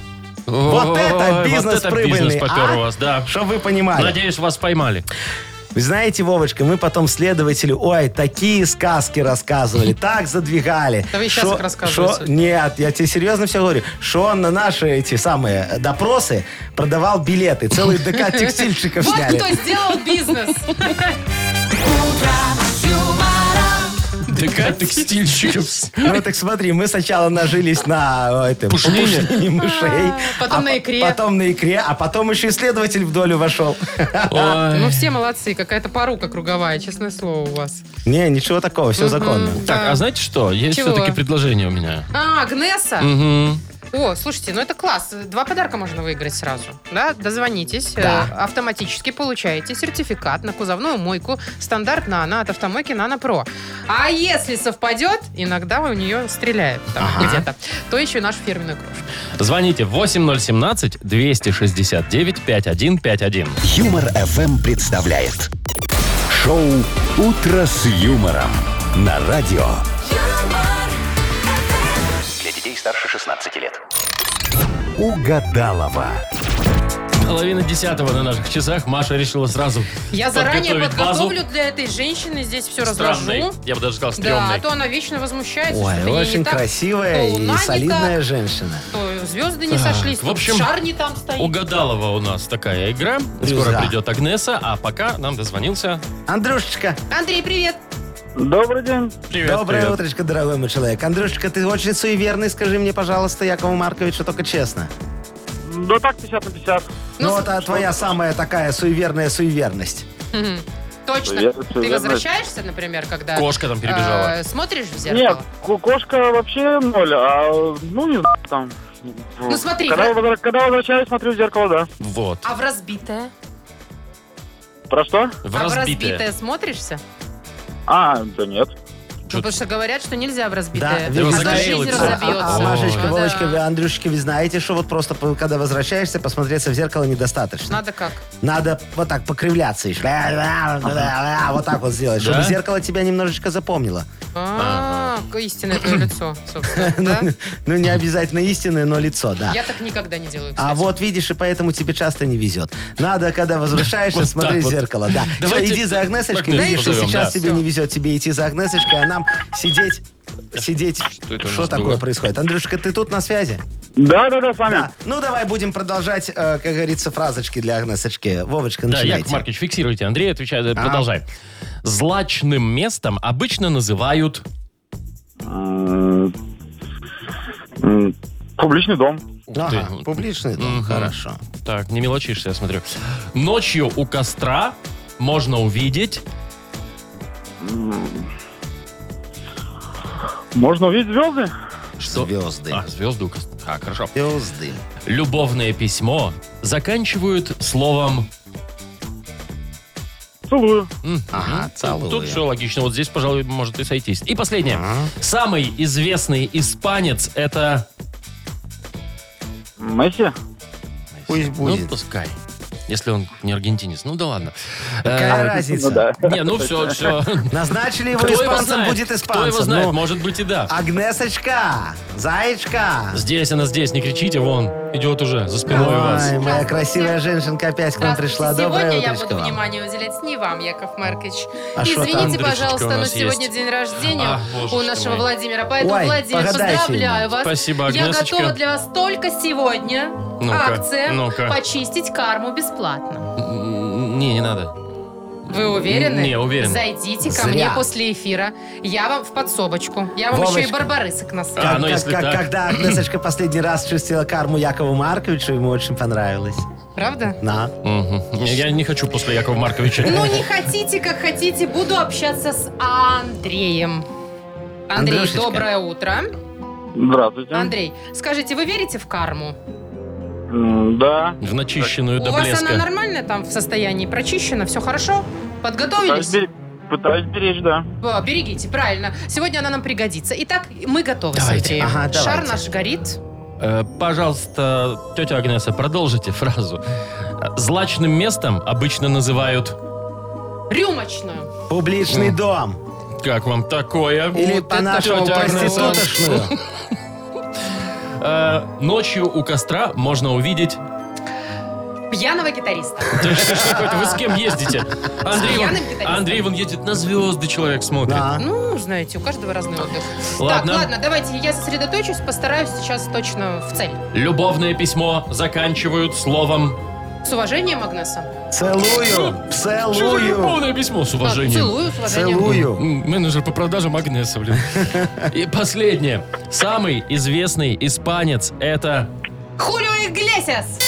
Speaker 3: Вот это
Speaker 2: Ой,
Speaker 3: бизнес
Speaker 2: вот это
Speaker 3: прибыльный.
Speaker 2: бизнес попер
Speaker 3: а?
Speaker 2: у вас, да.
Speaker 3: Чтоб вы понимали.
Speaker 2: Надеюсь, вас поймали.
Speaker 3: Вы знаете, Вовочка, мы потом следователю, ой, такие сказки рассказывали, так задвигали.
Speaker 4: Да вы и сейчас
Speaker 3: Шо-
Speaker 4: их рассказываете.
Speaker 3: шо- Нет, я тебе серьезно все говорю, что он на наши эти самые допросы продавал билеты, целый ДК текстильщиков
Speaker 4: Вот
Speaker 3: сняли.
Speaker 4: кто сделал бизнес.
Speaker 2: ДК а текстильщиков.
Speaker 3: Ну так смотри, мы сначала нажились на э, этом,
Speaker 2: Пушнине.
Speaker 3: мышей.
Speaker 4: Потом
Speaker 3: а
Speaker 4: на
Speaker 3: по-
Speaker 4: икре.
Speaker 3: Потом на икре, а потом еще и следователь в долю вошел.
Speaker 2: Ой.
Speaker 4: Ну все молодцы, какая-то порука круговая, честное слово у вас.
Speaker 3: Не, ничего такого, все законно.
Speaker 2: Так,
Speaker 4: Да.
Speaker 2: а знаете что? Есть
Speaker 4: Чего?
Speaker 2: все-таки предложение у меня.
Speaker 4: А, Агнеса?
Speaker 2: Мгм.
Speaker 4: О, слушайте, ну это класс. Два подарка можно выиграть сразу. Да, дозвонитесь.
Speaker 3: Да.
Speaker 4: Э, Автоматически получаете сертификат на кузовную мойку стандарт «Нано» от автомойки «Нано Про». А если совпадет, иногда у нее стреляют там где-то, то еще и нашу фирменную кружку.
Speaker 2: Звоните 8017-269-5151.
Speaker 1: Юмор FM представляет шоу Утро с юмором на радио.
Speaker 6: Для детей старше 16 лет.
Speaker 1: Угадалова.
Speaker 2: Половина десятого на наших часах. Маша решила сразу
Speaker 4: Я заранее
Speaker 2: подготовить базу
Speaker 4: подготовлю для этой женщины, здесь все
Speaker 2: странной.
Speaker 4: разложу.
Speaker 2: Я бы даже сказал,
Speaker 4: Да,
Speaker 2: стрёмной.
Speaker 4: а то она вечно возмущается.
Speaker 3: Ой,
Speaker 4: что-то ей не
Speaker 3: очень
Speaker 4: так,
Speaker 3: красивая
Speaker 4: то луна
Speaker 3: и
Speaker 4: не
Speaker 3: солидная
Speaker 4: так,
Speaker 3: женщина.
Speaker 4: то звезды не сошлись,
Speaker 2: в
Speaker 4: то
Speaker 2: общем,
Speaker 4: шар не там стоит.
Speaker 2: Угадалова у нас такая игра. Скоро
Speaker 3: Звезда.
Speaker 2: придет Агнеса, а пока нам дозвонился.
Speaker 3: Андрюшечка,
Speaker 4: Андрей, привет.
Speaker 5: Добрый день.
Speaker 2: Привет,
Speaker 3: Доброе
Speaker 2: привет.
Speaker 3: утречко, дорогой мой человек. Андрюшечка, ты очень суеверный, скажи мне, пожалуйста, Якову Марковичу, только честно.
Speaker 5: Да так 50 на 50.
Speaker 3: Ну,
Speaker 4: Ну,
Speaker 3: вот а твоя самая такая суеверная суеверность.
Speaker 4: Мгм. Точно.
Speaker 5: Я-
Speaker 4: Ты
Speaker 5: я-
Speaker 4: возвращаешься, например, когда...
Speaker 2: Кошка там перебежала.
Speaker 4: э, смотришь в
Speaker 5: Нет,
Speaker 4: зеркало?
Speaker 5: ку- кошка вообще ноль, а ну не знаю, там.
Speaker 4: Ну, смотри,
Speaker 5: Когда,
Speaker 4: да.
Speaker 5: я возра- когда возвращаюсь, смотрю в зеркало, да.
Speaker 2: Вот.
Speaker 4: А в разбитое?
Speaker 5: Про что?
Speaker 2: В
Speaker 4: А в
Speaker 2: разбитое.
Speaker 4: разбитое смотришься?
Speaker 5: А, да нет.
Speaker 4: Ну, потому что говорят, что нельзя в разбитое.
Speaker 3: Да,
Speaker 2: его
Speaker 4: а то
Speaker 2: заклеило
Speaker 4: жизнь
Speaker 2: всё.
Speaker 3: А,
Speaker 4: разобьется.
Speaker 2: О,
Speaker 3: Машечка,
Speaker 4: да.
Speaker 3: Вовочка, вы, Андрюшечка, вы знаете, что вот просто по- когда возвращаешься, посмотреться в зеркало недостаточно.
Speaker 4: Надо как?
Speaker 3: Надо вот так покривляться еще. Вот так вот сделать, чтобы
Speaker 2: Да?
Speaker 3: зеркало тебя немножечко запомнило.
Speaker 4: А, А, к- истинное твое лицо, собственно, да?
Speaker 3: Ну, не обязательно истинное, но лицо, да.
Speaker 4: Я так никогда не делаю,
Speaker 3: А
Speaker 4: кстати.
Speaker 3: вот видишь, и поэтому тебе часто не везет. Надо, когда возвращаешься,
Speaker 2: Вот так
Speaker 3: смотреть в
Speaker 2: вот.
Speaker 3: зеркало. Да. Всё,
Speaker 2: Давайте
Speaker 3: иди за Агнесочкой.
Speaker 2: Агнесу
Speaker 3: Видишь, что
Speaker 2: позовем,
Speaker 3: сейчас
Speaker 2: да.
Speaker 3: тебе не везет. Тебе идти за Агнесочкой, а нам сидеть... Сидеть.
Speaker 2: это у
Speaker 3: Что
Speaker 2: нас
Speaker 3: такое
Speaker 2: было?
Speaker 3: происходит? Андрюшка, ты тут на связи?
Speaker 5: Да, да, да, с вами.
Speaker 3: Да. Ну, давай будем продолжать, э, как говорится, фразочки для Агнесочки. Вовочка,
Speaker 2: Да,
Speaker 3: начинайте. А.
Speaker 2: Яков Маркович, фиксируйте. Андрей отвечает, продолжай. Злачным местом обычно называют...
Speaker 5: М, м, Э, Публичный дом.
Speaker 3: Ага,
Speaker 2: ты.
Speaker 3: публичный дом,
Speaker 2: Мгм.
Speaker 3: хорошо.
Speaker 2: Так, не мелочишься, я смотрю. Ночью у костра можно увидеть...
Speaker 5: Можно увидеть звезды?
Speaker 2: Что?
Speaker 3: Звезды.
Speaker 2: А, звезды у костра. Так, хорошо.
Speaker 3: Звезды.
Speaker 2: Любовное письмо заканчивают словом...
Speaker 5: Целую.
Speaker 2: М,
Speaker 3: Ага,
Speaker 2: мгм.
Speaker 3: целую.
Speaker 2: Ну, Тут все логично. Вот здесь, пожалуй, может и сойтись. И последнее. Самый известный испанец это...
Speaker 5: Месси?
Speaker 3: Пусть
Speaker 2: Ну,
Speaker 3: будет.
Speaker 2: пускай. Если он не аргентинец. Ну, да ладно.
Speaker 5: Ну,
Speaker 3: Какая
Speaker 2: Э,
Speaker 3: разница?
Speaker 2: Не, ну все, все.
Speaker 3: Назначили его
Speaker 2: Кто его
Speaker 3: испанцем,
Speaker 2: знает?
Speaker 3: будет испанцем.
Speaker 2: Кто его знает?
Speaker 3: Ну,
Speaker 2: Может быть и да.
Speaker 3: Агнесочка, Заячка.
Speaker 2: Здесь она, здесь, не кричите, вон, идет уже за спиной у вас.
Speaker 3: Ой, моя красивая женщинка опять к нам
Speaker 4: Здравствуйте.
Speaker 3: пришла.
Speaker 4: Сегодня
Speaker 3: Доброе
Speaker 4: я
Speaker 3: утречко
Speaker 4: буду
Speaker 3: вам.
Speaker 4: внимание уделять не вам, Яков Маркович.
Speaker 3: А шо там,
Speaker 4: Извините,
Speaker 2: Андрюшечка, у
Speaker 4: пожалуйста, но
Speaker 2: нас
Speaker 4: сегодня
Speaker 2: есть?
Speaker 4: день рождения
Speaker 2: Ах, божечки
Speaker 4: у нашего
Speaker 2: мои.
Speaker 4: Владимира. Поэтому,
Speaker 3: Ой,
Speaker 4: Владимир,
Speaker 3: погадайте
Speaker 4: поздравляю
Speaker 3: ему.
Speaker 4: вас.
Speaker 2: Спасибо,
Speaker 4: Я
Speaker 2: Агнесочка.
Speaker 4: готова для вас только сегодня
Speaker 2: Ну-ка,
Speaker 4: акция
Speaker 2: ну-ка.
Speaker 4: «Почистить карму бесплатно».
Speaker 2: М, Не, не надо.
Speaker 4: Вы уверены?
Speaker 2: Не, уверен.
Speaker 4: Зайдите ко
Speaker 3: Зря.
Speaker 4: мне после эфира. Я вам в подсобочку. Я вам еще и
Speaker 3: Вовочка.
Speaker 4: барбарысок насыплю.
Speaker 2: А,
Speaker 3: Как-
Speaker 2: ну,
Speaker 3: как-
Speaker 2: если
Speaker 3: как-
Speaker 2: так.
Speaker 3: Когда Агнесочка последний раз чистила карму Якову Марковичу, ему очень понравилось.
Speaker 4: Правда?
Speaker 3: На.
Speaker 2: Мгм. Не, Я не хочу после Якова Марковича.
Speaker 4: Ну, не хотите, как хотите. Буду общаться с Андреем. Андрей,
Speaker 3: Андрюшечка.
Speaker 4: доброе утро.
Speaker 5: Здравствуйте.
Speaker 4: Андрей, скажите, вы верите в карму?
Speaker 5: М, Э, Да.
Speaker 2: В
Speaker 3: Ну,
Speaker 2: начищенную до
Speaker 4: У вас она
Speaker 2: блеска.
Speaker 4: нормальная там в состоянии, прочищена, все хорошо?
Speaker 5: Пытаюсь,
Speaker 4: Подготовились?
Speaker 5: бер- пытаюсь беречь, да.
Speaker 4: А, Берегите, правильно. Сегодня она нам пригодится. Итак, мы готовы
Speaker 2: Давайте.
Speaker 4: с Андреем.
Speaker 3: Ага,
Speaker 4: Шар
Speaker 3: давайте.
Speaker 4: наш горит.
Speaker 2: Э, Пожалуйста, тетя Агнеса, продолжите фразу. Злачным местом обычно называют...
Speaker 4: Рюмочную.
Speaker 3: Публичный дом.
Speaker 2: Как вам такое?
Speaker 3: Или
Speaker 2: Вот это
Speaker 3: по-нашему
Speaker 2: тетя Агнеса.
Speaker 3: проститутошную.
Speaker 2: Э, Ночью у костра можно увидеть...
Speaker 4: Пьяного гитариста.
Speaker 2: Да что ж такое-то, вы с кем ездите? Андрей,
Speaker 4: пьяным
Speaker 2: вон,
Speaker 4: гитаристом.
Speaker 2: Андрей вон едет на звезды, человек смотрит.
Speaker 3: Да.
Speaker 4: Ну, знаете, у каждого разный отдых.
Speaker 2: Ладно.
Speaker 4: Так, ладно, давайте я сосредоточусь, постараюсь сейчас точно в цель.
Speaker 2: Любовное письмо заканчивают словом...
Speaker 4: С уважением, Агнеса.
Speaker 3: Целую.
Speaker 2: Что за
Speaker 3: Целую.
Speaker 2: любовное письмо с
Speaker 4: А,
Speaker 2: уважением?
Speaker 4: Целую, с уважением.
Speaker 3: Целую.
Speaker 2: М, Менеджер по продажам Агнеса, блин. И последнее. Самый известный испанец это,
Speaker 4: Хулио Иглесиас.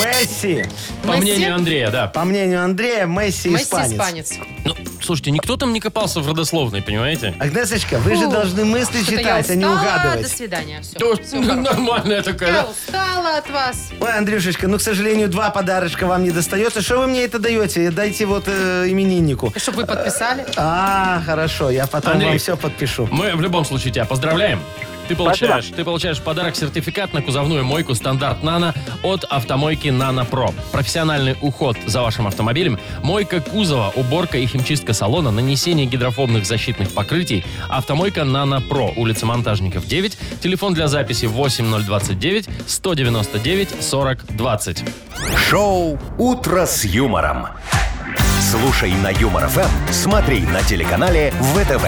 Speaker 3: Месси.
Speaker 2: по
Speaker 4: Месси?
Speaker 2: мнению Андрея, да.
Speaker 3: По мнению Андрея, Месси
Speaker 4: Месси
Speaker 3: испанец.
Speaker 4: испанец.
Speaker 2: Ну, слушайте, никто там не копался в родословной, понимаете?
Speaker 3: Агнесочка, вы же
Speaker 4: Фу,
Speaker 3: должны мысли
Speaker 4: Что-то
Speaker 3: читать, а не
Speaker 4: я устала. До
Speaker 3: угадывать.
Speaker 4: свидания. Все.
Speaker 2: То есть, Нормальная такая.
Speaker 4: Я
Speaker 2: да?
Speaker 4: устала от вас.
Speaker 3: Ой, Андрюшечка, ну, к сожалению, два подарочка вам не достается. Что вы мне это даете? Дайте вот э, имениннику.
Speaker 4: Чтобы вы подписали.
Speaker 3: А, хорошо, я потом
Speaker 2: Андрей.
Speaker 3: вам все подпишу.
Speaker 2: Мы в любом случае тебя поздравляем. Ты получаешь, ты получаешь в подарок сертификат на кузовную мойку стандарт «Нано» от автомойки «Нано Про». Профессиональный уход за вашим автомобилем, мойка кузова, уборка и химчистка салона, нанесение гидрофобных защитных покрытий, автомойка «Нано Про», улица Монтажников, 9, телефон для записи 8029-199-4020.
Speaker 1: Шоу «Утро с юмором». Слушай на Юмор ФМ, смотри на телеканале ВТВ.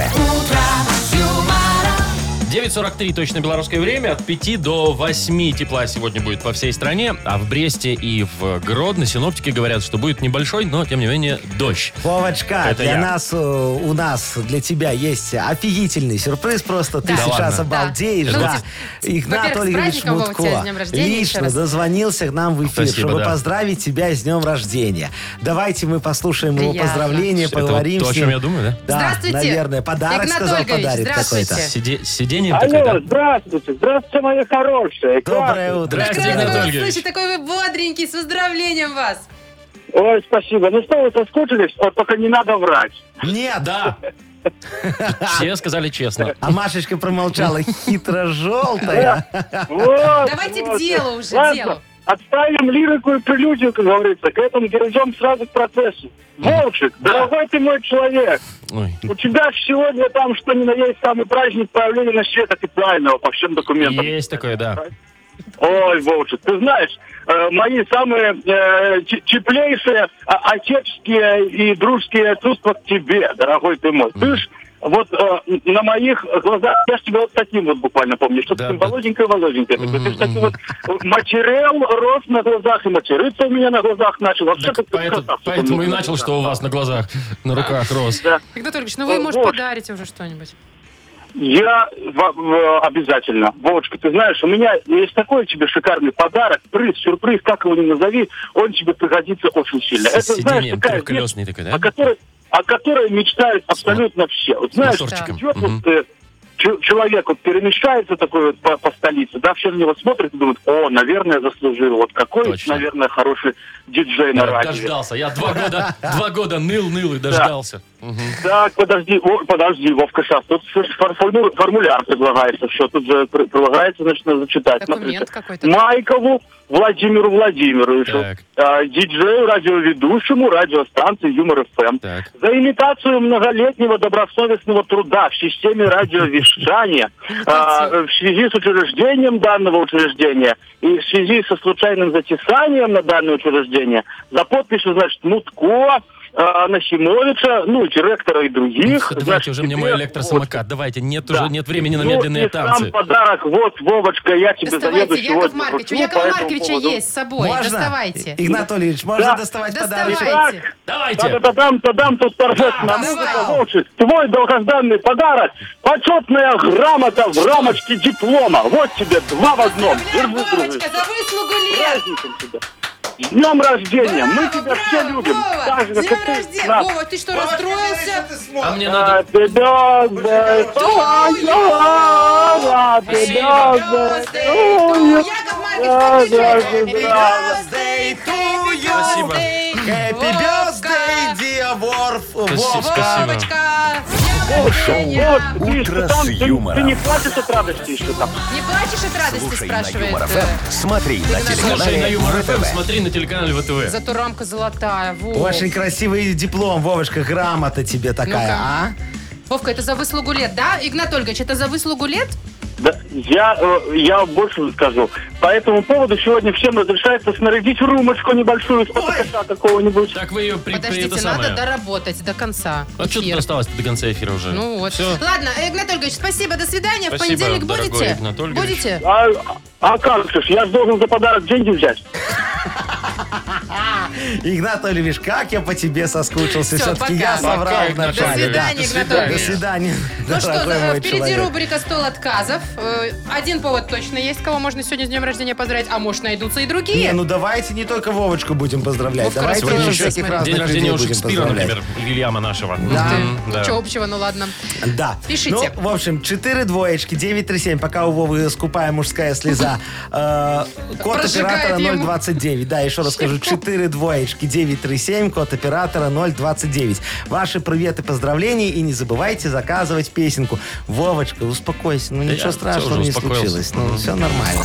Speaker 2: 9.43 точно белорусское время. От 5 до 8 тепла сегодня будет по всей стране. А в Бресте и в Гродно синоптики говорят, что будет небольшой, но, тем не менее, дождь.
Speaker 3: Вовочка,
Speaker 2: Это
Speaker 3: для
Speaker 2: я.
Speaker 3: нас, э, у нас, для тебя есть офигительный сюрприз. Просто ты
Speaker 4: Да
Speaker 3: сейчас
Speaker 2: ладно?
Speaker 3: обалдеешь. Да.
Speaker 4: Да. Ну, во-первых,
Speaker 3: Игнат
Speaker 4: с
Speaker 3: Ольгович
Speaker 4: праздником, Вова, тебя с
Speaker 3: Мутко
Speaker 4: днем рождения еще
Speaker 3: лично
Speaker 4: раз.
Speaker 3: дозвонился к нам в эфир,
Speaker 2: Спасибо,
Speaker 3: чтобы
Speaker 2: да.
Speaker 3: поздравить тебя с днем рождения. Давайте мы послушаем его
Speaker 4: Приятно.
Speaker 3: поздравления,
Speaker 2: Это вот
Speaker 3: поговорим
Speaker 2: то, о
Speaker 3: с ним.
Speaker 2: чем я думаю,
Speaker 3: Да,
Speaker 4: Здравствуйте.
Speaker 3: наверное, подарок
Speaker 4: Игнат
Speaker 3: сказал,
Speaker 4: Ольгович,
Speaker 3: подарит
Speaker 4: здравствуйте.
Speaker 2: да?
Speaker 3: какой-то.
Speaker 2: Сиди, сиденье такое, да?
Speaker 5: Алло, здравствуйте, здравствуйте, моя хорошая.
Speaker 3: Доброе утро.
Speaker 2: Здравствуйте,
Speaker 4: Рада
Speaker 2: Игнат
Speaker 4: вас
Speaker 2: Ольгович.
Speaker 4: слышать. Такой вы бодренький, с поздравлением вас.
Speaker 5: Ой, спасибо. Ну что вы соскучились? Вот только не надо врать.
Speaker 3: Нет,
Speaker 2: Да. Все сказали
Speaker 5: Э,
Speaker 2: честно.
Speaker 3: а Машечка промолчала. Хитро-желтая.
Speaker 5: Вот,
Speaker 4: Давайте к
Speaker 5: вот.
Speaker 4: делу уже,
Speaker 5: Ладно.
Speaker 4: делу.
Speaker 5: Отставим лирику и прелюдию, как говорится. К этому перейдем сразу к процессу. Вовчик, дорогой ты мой человек,
Speaker 2: Ой.
Speaker 5: у тебя ж сегодня там что ни на есть самый праздник появления на свет официального по всем документам.
Speaker 2: Есть такое, да.
Speaker 5: Ой, Вовчик, ты знаешь, э, мои самые э, те- теплейшие а, отеческие и дружеские чувства к тебе, дорогой ты мой. Ты ж вот э, на моих глазах, я ж тебя вот таким вот буквально помню, что
Speaker 2: Да,
Speaker 5: ты
Speaker 2: да.
Speaker 5: молоденькая, молоденькая. такой. Ты ж такой вот матерел, рос на глазах, и материться у меня на глазах начал. Вообще,
Speaker 2: Так
Speaker 5: как ты
Speaker 2: поэтому,
Speaker 5: красавчик.
Speaker 2: поэтому и начал, что у вас на глазах, на руках рос.
Speaker 5: Да.
Speaker 4: Игнат Ольгович, ну вы, может,
Speaker 5: Вот.
Speaker 4: подарите уже что-нибудь.
Speaker 5: Я в- в- обязательно. Вовочка, ты знаешь, у меня есть такой тебе шикарный подарок, приз, сюрприз, как его ни назови, он тебе пригодится очень сильно.
Speaker 2: С
Speaker 5: Это, знаешь,
Speaker 2: сиденьем
Speaker 5: такая вещь,
Speaker 2: трехколесный такой, да?
Speaker 5: о которой, о которой мечтают абсолютно все. Вот знаешь,
Speaker 2: моторчиком.
Speaker 5: идет вот,
Speaker 2: Мгм.
Speaker 5: э, чё- человек вот перемещается такой вот по, по столице, да, все на него смотрят и думают, о, наверное, заслужил. Вот какой,
Speaker 2: Точно.
Speaker 5: наверное, хороший диджей на
Speaker 2: Да,
Speaker 5: радио.
Speaker 2: Дождался. Я два года, два года ныл-ныл и дождался. Мгм.
Speaker 5: Так, подожди, о, подожди, Вовка, сейчас. Тут фор- фор- форму- формуляр предлагается, все, тут же пр- прилагается, значит, надо зачитать.
Speaker 4: Документ
Speaker 5: Смотрите.
Speaker 4: какой-то.
Speaker 5: Майкову Владимиру Владимировичу,
Speaker 2: Так.
Speaker 5: э, диджею, радиоведущему радиостанции Юмор ФМ.
Speaker 2: Так.
Speaker 5: За имитацию многолетнего добросовестного труда в системе радиовещания э, в связи с учреждением данного учреждения и в связи со случайным затесанием на данное учреждение за подписью, значит, Мутко, э, Нахимовича, ну, директора и других.
Speaker 2: Давайте
Speaker 5: значит,
Speaker 2: уже мне
Speaker 5: тебе
Speaker 2: мой
Speaker 5: вот.
Speaker 2: электросамокат. Давайте, нет
Speaker 5: Да.
Speaker 2: уже нет времени на
Speaker 5: Ну,
Speaker 2: медленные
Speaker 5: и сам
Speaker 2: танцы.
Speaker 5: подарок, вот, Вовочка, я тебе заведу
Speaker 4: Доставайте, Яков
Speaker 5: сегодня.
Speaker 4: Маркович. У
Speaker 5: вручную
Speaker 4: Якова
Speaker 5: по этому
Speaker 4: Марковича
Speaker 5: поводу.
Speaker 4: есть с собой. Доставайте.
Speaker 3: Игнат Ольевич, можно
Speaker 5: Да.
Speaker 3: доставать
Speaker 4: Доставай.
Speaker 3: подарочек?
Speaker 5: Итак,
Speaker 2: Давайте.
Speaker 5: Та-да-да-дам, та-дам, тут торжественно.
Speaker 4: Да,
Speaker 5: музыка,
Speaker 4: давай.
Speaker 5: Вовчик, твой долгожданный подарок. Почетная грамота в рамочке диплома. Вот тебе два в одном.
Speaker 4: Поздравляю,
Speaker 5: Держи,
Speaker 4: Вовочка,
Speaker 5: дружище.
Speaker 4: за выслугу
Speaker 5: С
Speaker 4: лет!
Speaker 5: праздником тебя. С днем рождения. Мы тебя все любим. Так же,
Speaker 4: С
Speaker 5: как
Speaker 4: днем
Speaker 5: и
Speaker 4: рождения!
Speaker 5: нас.
Speaker 4: Вова, ты что, расстроился?
Speaker 2: А мне надо...
Speaker 5: Happy birthday to you. Happy birthday to you.
Speaker 4: Яков Маркович,
Speaker 3: Happy birthday to you.
Speaker 2: Спасибо.
Speaker 3: Happy birthday, dear Worf- Вовка.
Speaker 2: Спасибо.
Speaker 4: Вовочка!
Speaker 1: Шоу
Speaker 5: Вот, ты
Speaker 1: «Утро
Speaker 5: что там,
Speaker 1: с
Speaker 5: ты- Ты
Speaker 1: юмором».
Speaker 5: не плачешь от радости еще там.
Speaker 4: Не плачешь от радости,
Speaker 1: Слушай на
Speaker 4: спрашивает.
Speaker 1: Юмор Эм.
Speaker 4: э,
Speaker 1: ФМ, смотри на
Speaker 2: Слушай на
Speaker 1: телеканале
Speaker 2: Юмор ФМ,
Speaker 1: ВТВ.
Speaker 2: смотри на телеканале ВТВ.
Speaker 4: Зато рамка золотая, Вов.
Speaker 3: Очень красивый диплом, Вовочка, грамота тебе такая, а?
Speaker 4: Ну-ка. Вовка, это за выслугу лет, да? Игнат Ольгович, это за выслугу лет?
Speaker 5: Да, я, э, я больше скажу. По этому поводу сегодня всем разрешается снарядить рюмочку небольшую из потокоса какого-нибудь.
Speaker 2: Так вы ее при, при это
Speaker 4: Подождите, надо
Speaker 2: самое.
Speaker 4: доработать до конца.
Speaker 2: А что тут
Speaker 4: эфира.
Speaker 2: осталось до конца эфира уже?
Speaker 4: Ну вот.
Speaker 2: Все.
Speaker 4: Ладно, Игнат Ольгович, спасибо, до свидания.
Speaker 2: Спасибо,
Speaker 4: в понедельник
Speaker 2: дорогой
Speaker 4: будете?
Speaker 2: Игнат Ольгович.
Speaker 4: будете?
Speaker 5: А, а как же, ж, я же должен за подарок деньги взять.
Speaker 3: а? Игнат Ольевич, как я по тебе соскучился.
Speaker 4: Всё,
Speaker 3: Все-таки
Speaker 4: пока.
Speaker 3: я соврал
Speaker 2: Пока,
Speaker 3: в
Speaker 2: Игнат
Speaker 3: начале.
Speaker 4: Ольевич.
Speaker 3: да.
Speaker 4: До свидания, Игнат
Speaker 3: До
Speaker 4: Ольевич.
Speaker 3: свидания,
Speaker 4: Ну что,
Speaker 3: дорогой
Speaker 4: за-
Speaker 3: мой
Speaker 4: впереди
Speaker 3: человек.
Speaker 4: рубрика «Стол отказов». Э, Один повод точно есть, кого можно сегодня с днем рождения поздравить, а может найдутся и
Speaker 3: Не,
Speaker 4: другие.
Speaker 3: ну давайте не только Вовочку будем поздравлять.
Speaker 4: Вовка
Speaker 3: давайте
Speaker 4: расстроился,
Speaker 3: еще всяких
Speaker 4: смотри.
Speaker 3: разных
Speaker 2: День рождения
Speaker 3: людей
Speaker 2: у
Speaker 3: будем
Speaker 2: Шекспира,
Speaker 3: поздравлять.
Speaker 2: например, Вильяма нашего.
Speaker 3: Да.
Speaker 2: Мгм, да.
Speaker 4: Ничего общего, ну ладно.
Speaker 3: Да.
Speaker 4: Пишите.
Speaker 3: Ну, в общем, 4 двоечки, 937, пока у Вовы скупая мужская слеза. Э, Код
Speaker 4: Прожигает
Speaker 3: оператора
Speaker 4: ему.
Speaker 3: 029. Да, еще раз скажу, 4 двоечки, 937, код оператора 029. Ваши приветы, поздравления и не забывайте заказывать песенку. Вовочка, успокойся, ну
Speaker 2: я
Speaker 3: ничего
Speaker 2: всё
Speaker 3: страшного
Speaker 2: уже
Speaker 3: не
Speaker 2: успокоился.
Speaker 3: случилось. Ну, все нормально.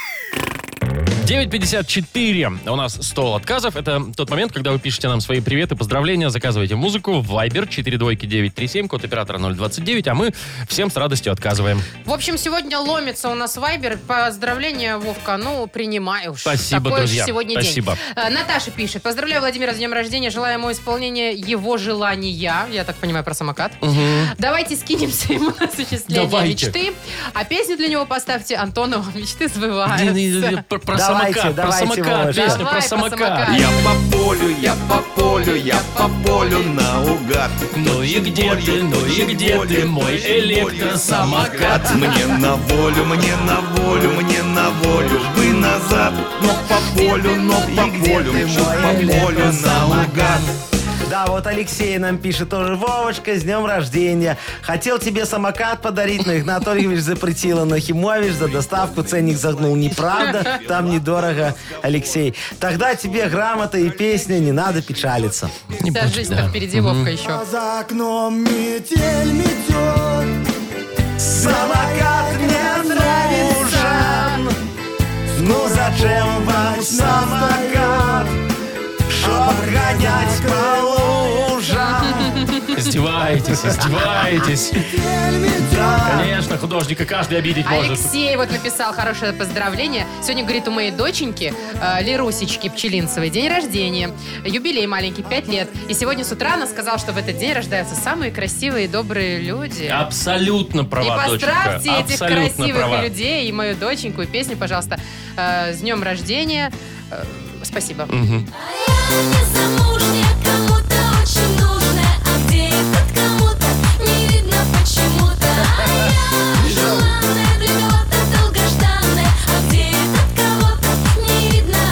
Speaker 2: 9.54. У нас стол отказов. Это тот момент, когда вы пишете нам свои приветы, поздравления, заказываете музыку в Viber 42937, код оператора 029, а мы всем с радостью отказываем.
Speaker 4: В общем, сегодня ломится у нас Вайбер. Поздравления, Вовка. Ну, принимаю. уж.
Speaker 2: Спасибо,
Speaker 4: Такой уж
Speaker 2: друзья.
Speaker 4: сегодня день.
Speaker 2: Спасибо.
Speaker 4: Э, Наташа пишет. Поздравляю Владимира с днем рождения. Желаю ему исполнения его желания. Я так понимаю про самокат. Давайте скинемся ему на осуществление
Speaker 2: Давайте.
Speaker 4: мечты. А песню для него поставьте Антонова. Мечты
Speaker 2: Не, не,
Speaker 4: сбываются.
Speaker 2: не, Про про
Speaker 3: Давайте,
Speaker 2: самокат, про
Speaker 3: давайте,
Speaker 2: самокат,
Speaker 3: Вовочка.
Speaker 2: песня про
Speaker 4: Давай про
Speaker 2: самокат.
Speaker 4: самокат.
Speaker 2: Я-
Speaker 9: по полю, я по полю, я по полю наугад.
Speaker 2: Ну и где ты, ну и где ты, мой электросамокат?
Speaker 9: Мне на волю, мне на волю, мне на волю, вы назад, но по полю, но по полю, мчу по полю наугад.
Speaker 3: Да, вот Алексей нам пишет тоже. Вовочка, с днем рождения. Хотел тебе самокат подарить, но Игнат Ольгович запретил, а Нахимович за доставку ценник загнул. Неправда, там недорого, Алексей. Тогда тебе грамота и песня, не надо печалиться.
Speaker 4: Вся жизнь там впереди, Вовка, еще.
Speaker 10: А за окном метель метет,
Speaker 3: Самокат мне нравится. Ну зачем вам самокат? Чтоб гонять по лужам.
Speaker 2: Издеваетесь, издеваетесь. Конечно, художника каждый обидеть может.
Speaker 4: Алексей вот написал хорошее поздравление. Сегодня, говорит, у моей доченьки э, Лерусечки Пчелинцевой день рождения. Юбилей маленький, 5 лет. И сегодня с утра она сказала, что в этот день рождаются самые красивые и добрые люди.
Speaker 2: Абсолютно
Speaker 4: и
Speaker 2: права, доченька.
Speaker 4: поздравьте этих
Speaker 2: Абсолютно
Speaker 4: красивых
Speaker 2: права.
Speaker 4: людей и мою доченьку и песню, пожалуйста. Э, с днем рождения. Э, спасибо.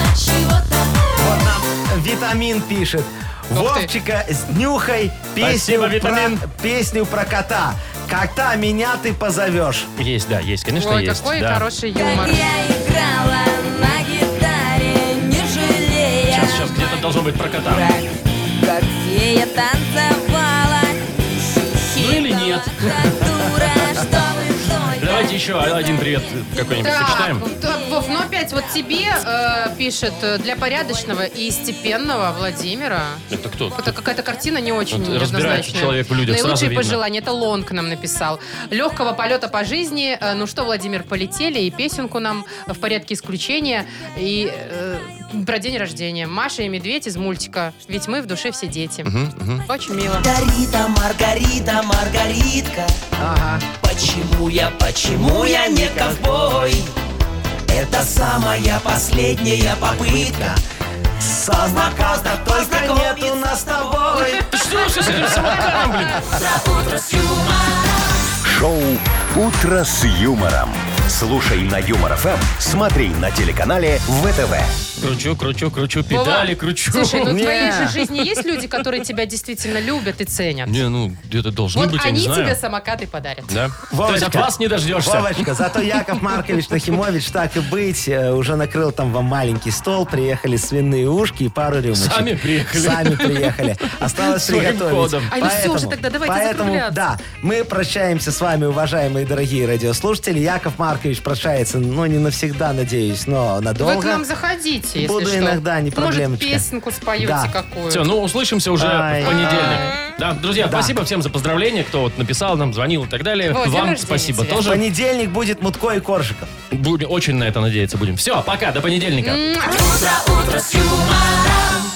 Speaker 3: Вот нам Витамин пишет.
Speaker 4: Ух ты.
Speaker 3: Вовчика, снюхай песню,
Speaker 2: Спасибо, Витамин.
Speaker 3: про, песню про кота. Кота меня ты позовешь.
Speaker 2: Есть, да, есть, конечно,
Speaker 4: Ой,
Speaker 2: есть.
Speaker 4: какой
Speaker 2: да.
Speaker 4: хороший юмор.
Speaker 2: Сейчас, сейчас где-то должно быть про кота.
Speaker 11: Как фея танцевала
Speaker 2: Ну или нет. Давайте еще один привет э, какой-нибудь сочетаем.
Speaker 4: Так, так, Вов, ну опять вот тебе э, пишет э, для порядочного и степенного Владимира.
Speaker 2: Это кто?
Speaker 4: Это какая-то картина не очень
Speaker 2: Вот разбирается
Speaker 4: однозначная.
Speaker 2: человек в людях, сразу
Speaker 4: Наилучшие
Speaker 2: видно.
Speaker 4: пожелания. Это Лонг нам написал. Легкого полета по жизни. Э, Ну что, Владимир, полетели. И песенку нам в порядке исключения. И э, про день рождения. Маша и медведь из мультика. Ведь мы в душе все дети. Очень мило.
Speaker 11: Маргарита, Маргарита, Маргаритка Почему я, почему я не ковбой? Это самая последняя попытка
Speaker 3: Самоката только нет у нас с тобой.
Speaker 1: Шоу «Утро с юмором». Слушай на Юмор ФМ, смотри на телеканале ВТВ.
Speaker 2: Кручу, кручу, кручу, педали
Speaker 4: Вова,
Speaker 2: кручу.
Speaker 4: Слушай, ну в
Speaker 3: Не.
Speaker 4: твоей же жизни есть люди, которые тебя действительно любят и ценят?
Speaker 2: Не, ну, где-то должны
Speaker 4: Вот
Speaker 2: быть, я не
Speaker 4: они тебе
Speaker 2: знаю.
Speaker 4: самокаты подарят.
Speaker 2: Да. То есть от
Speaker 3: Вовочка.
Speaker 2: вас не дождешься.
Speaker 3: Вовочка, зато Яков Маркович Нахимович, так и быть, э, уже накрыл там вам маленький стол, приехали свиные ушки и пару рюмочек.
Speaker 2: Сами приехали.
Speaker 3: Сами приехали. Осталось
Speaker 2: Своим
Speaker 3: приготовить.
Speaker 2: ходом. А
Speaker 4: Ай, ну всё же тогда, давайте
Speaker 3: поэтому,
Speaker 4: закругляться.
Speaker 3: да, мы прощаемся с вами, уважаемые и дорогие радиослушатели. Яков Маркович прощается, ну, не навсегда, надеюсь, но надолго.
Speaker 4: Вы к нам заходите, если
Speaker 3: Буду
Speaker 4: что.
Speaker 3: иногда, не
Speaker 4: Может,
Speaker 3: проблемочка.
Speaker 4: песенку споете
Speaker 3: Да.
Speaker 4: какую.
Speaker 2: Все, ну услышимся уже
Speaker 3: Ай.
Speaker 2: в понедельник. Да, друзья, спасибо всем за поздравления, кто вот написал нам, звонил и так далее.
Speaker 4: Во, день
Speaker 2: Вам
Speaker 4: рождения
Speaker 2: спасибо
Speaker 4: тебе.
Speaker 3: В
Speaker 2: тоже.
Speaker 3: понедельник будет Мутко и Коржиков.
Speaker 2: Будем- очень на это надеяться будем. Все, пока, до понедельника.
Speaker 11: Утро, утро с юмором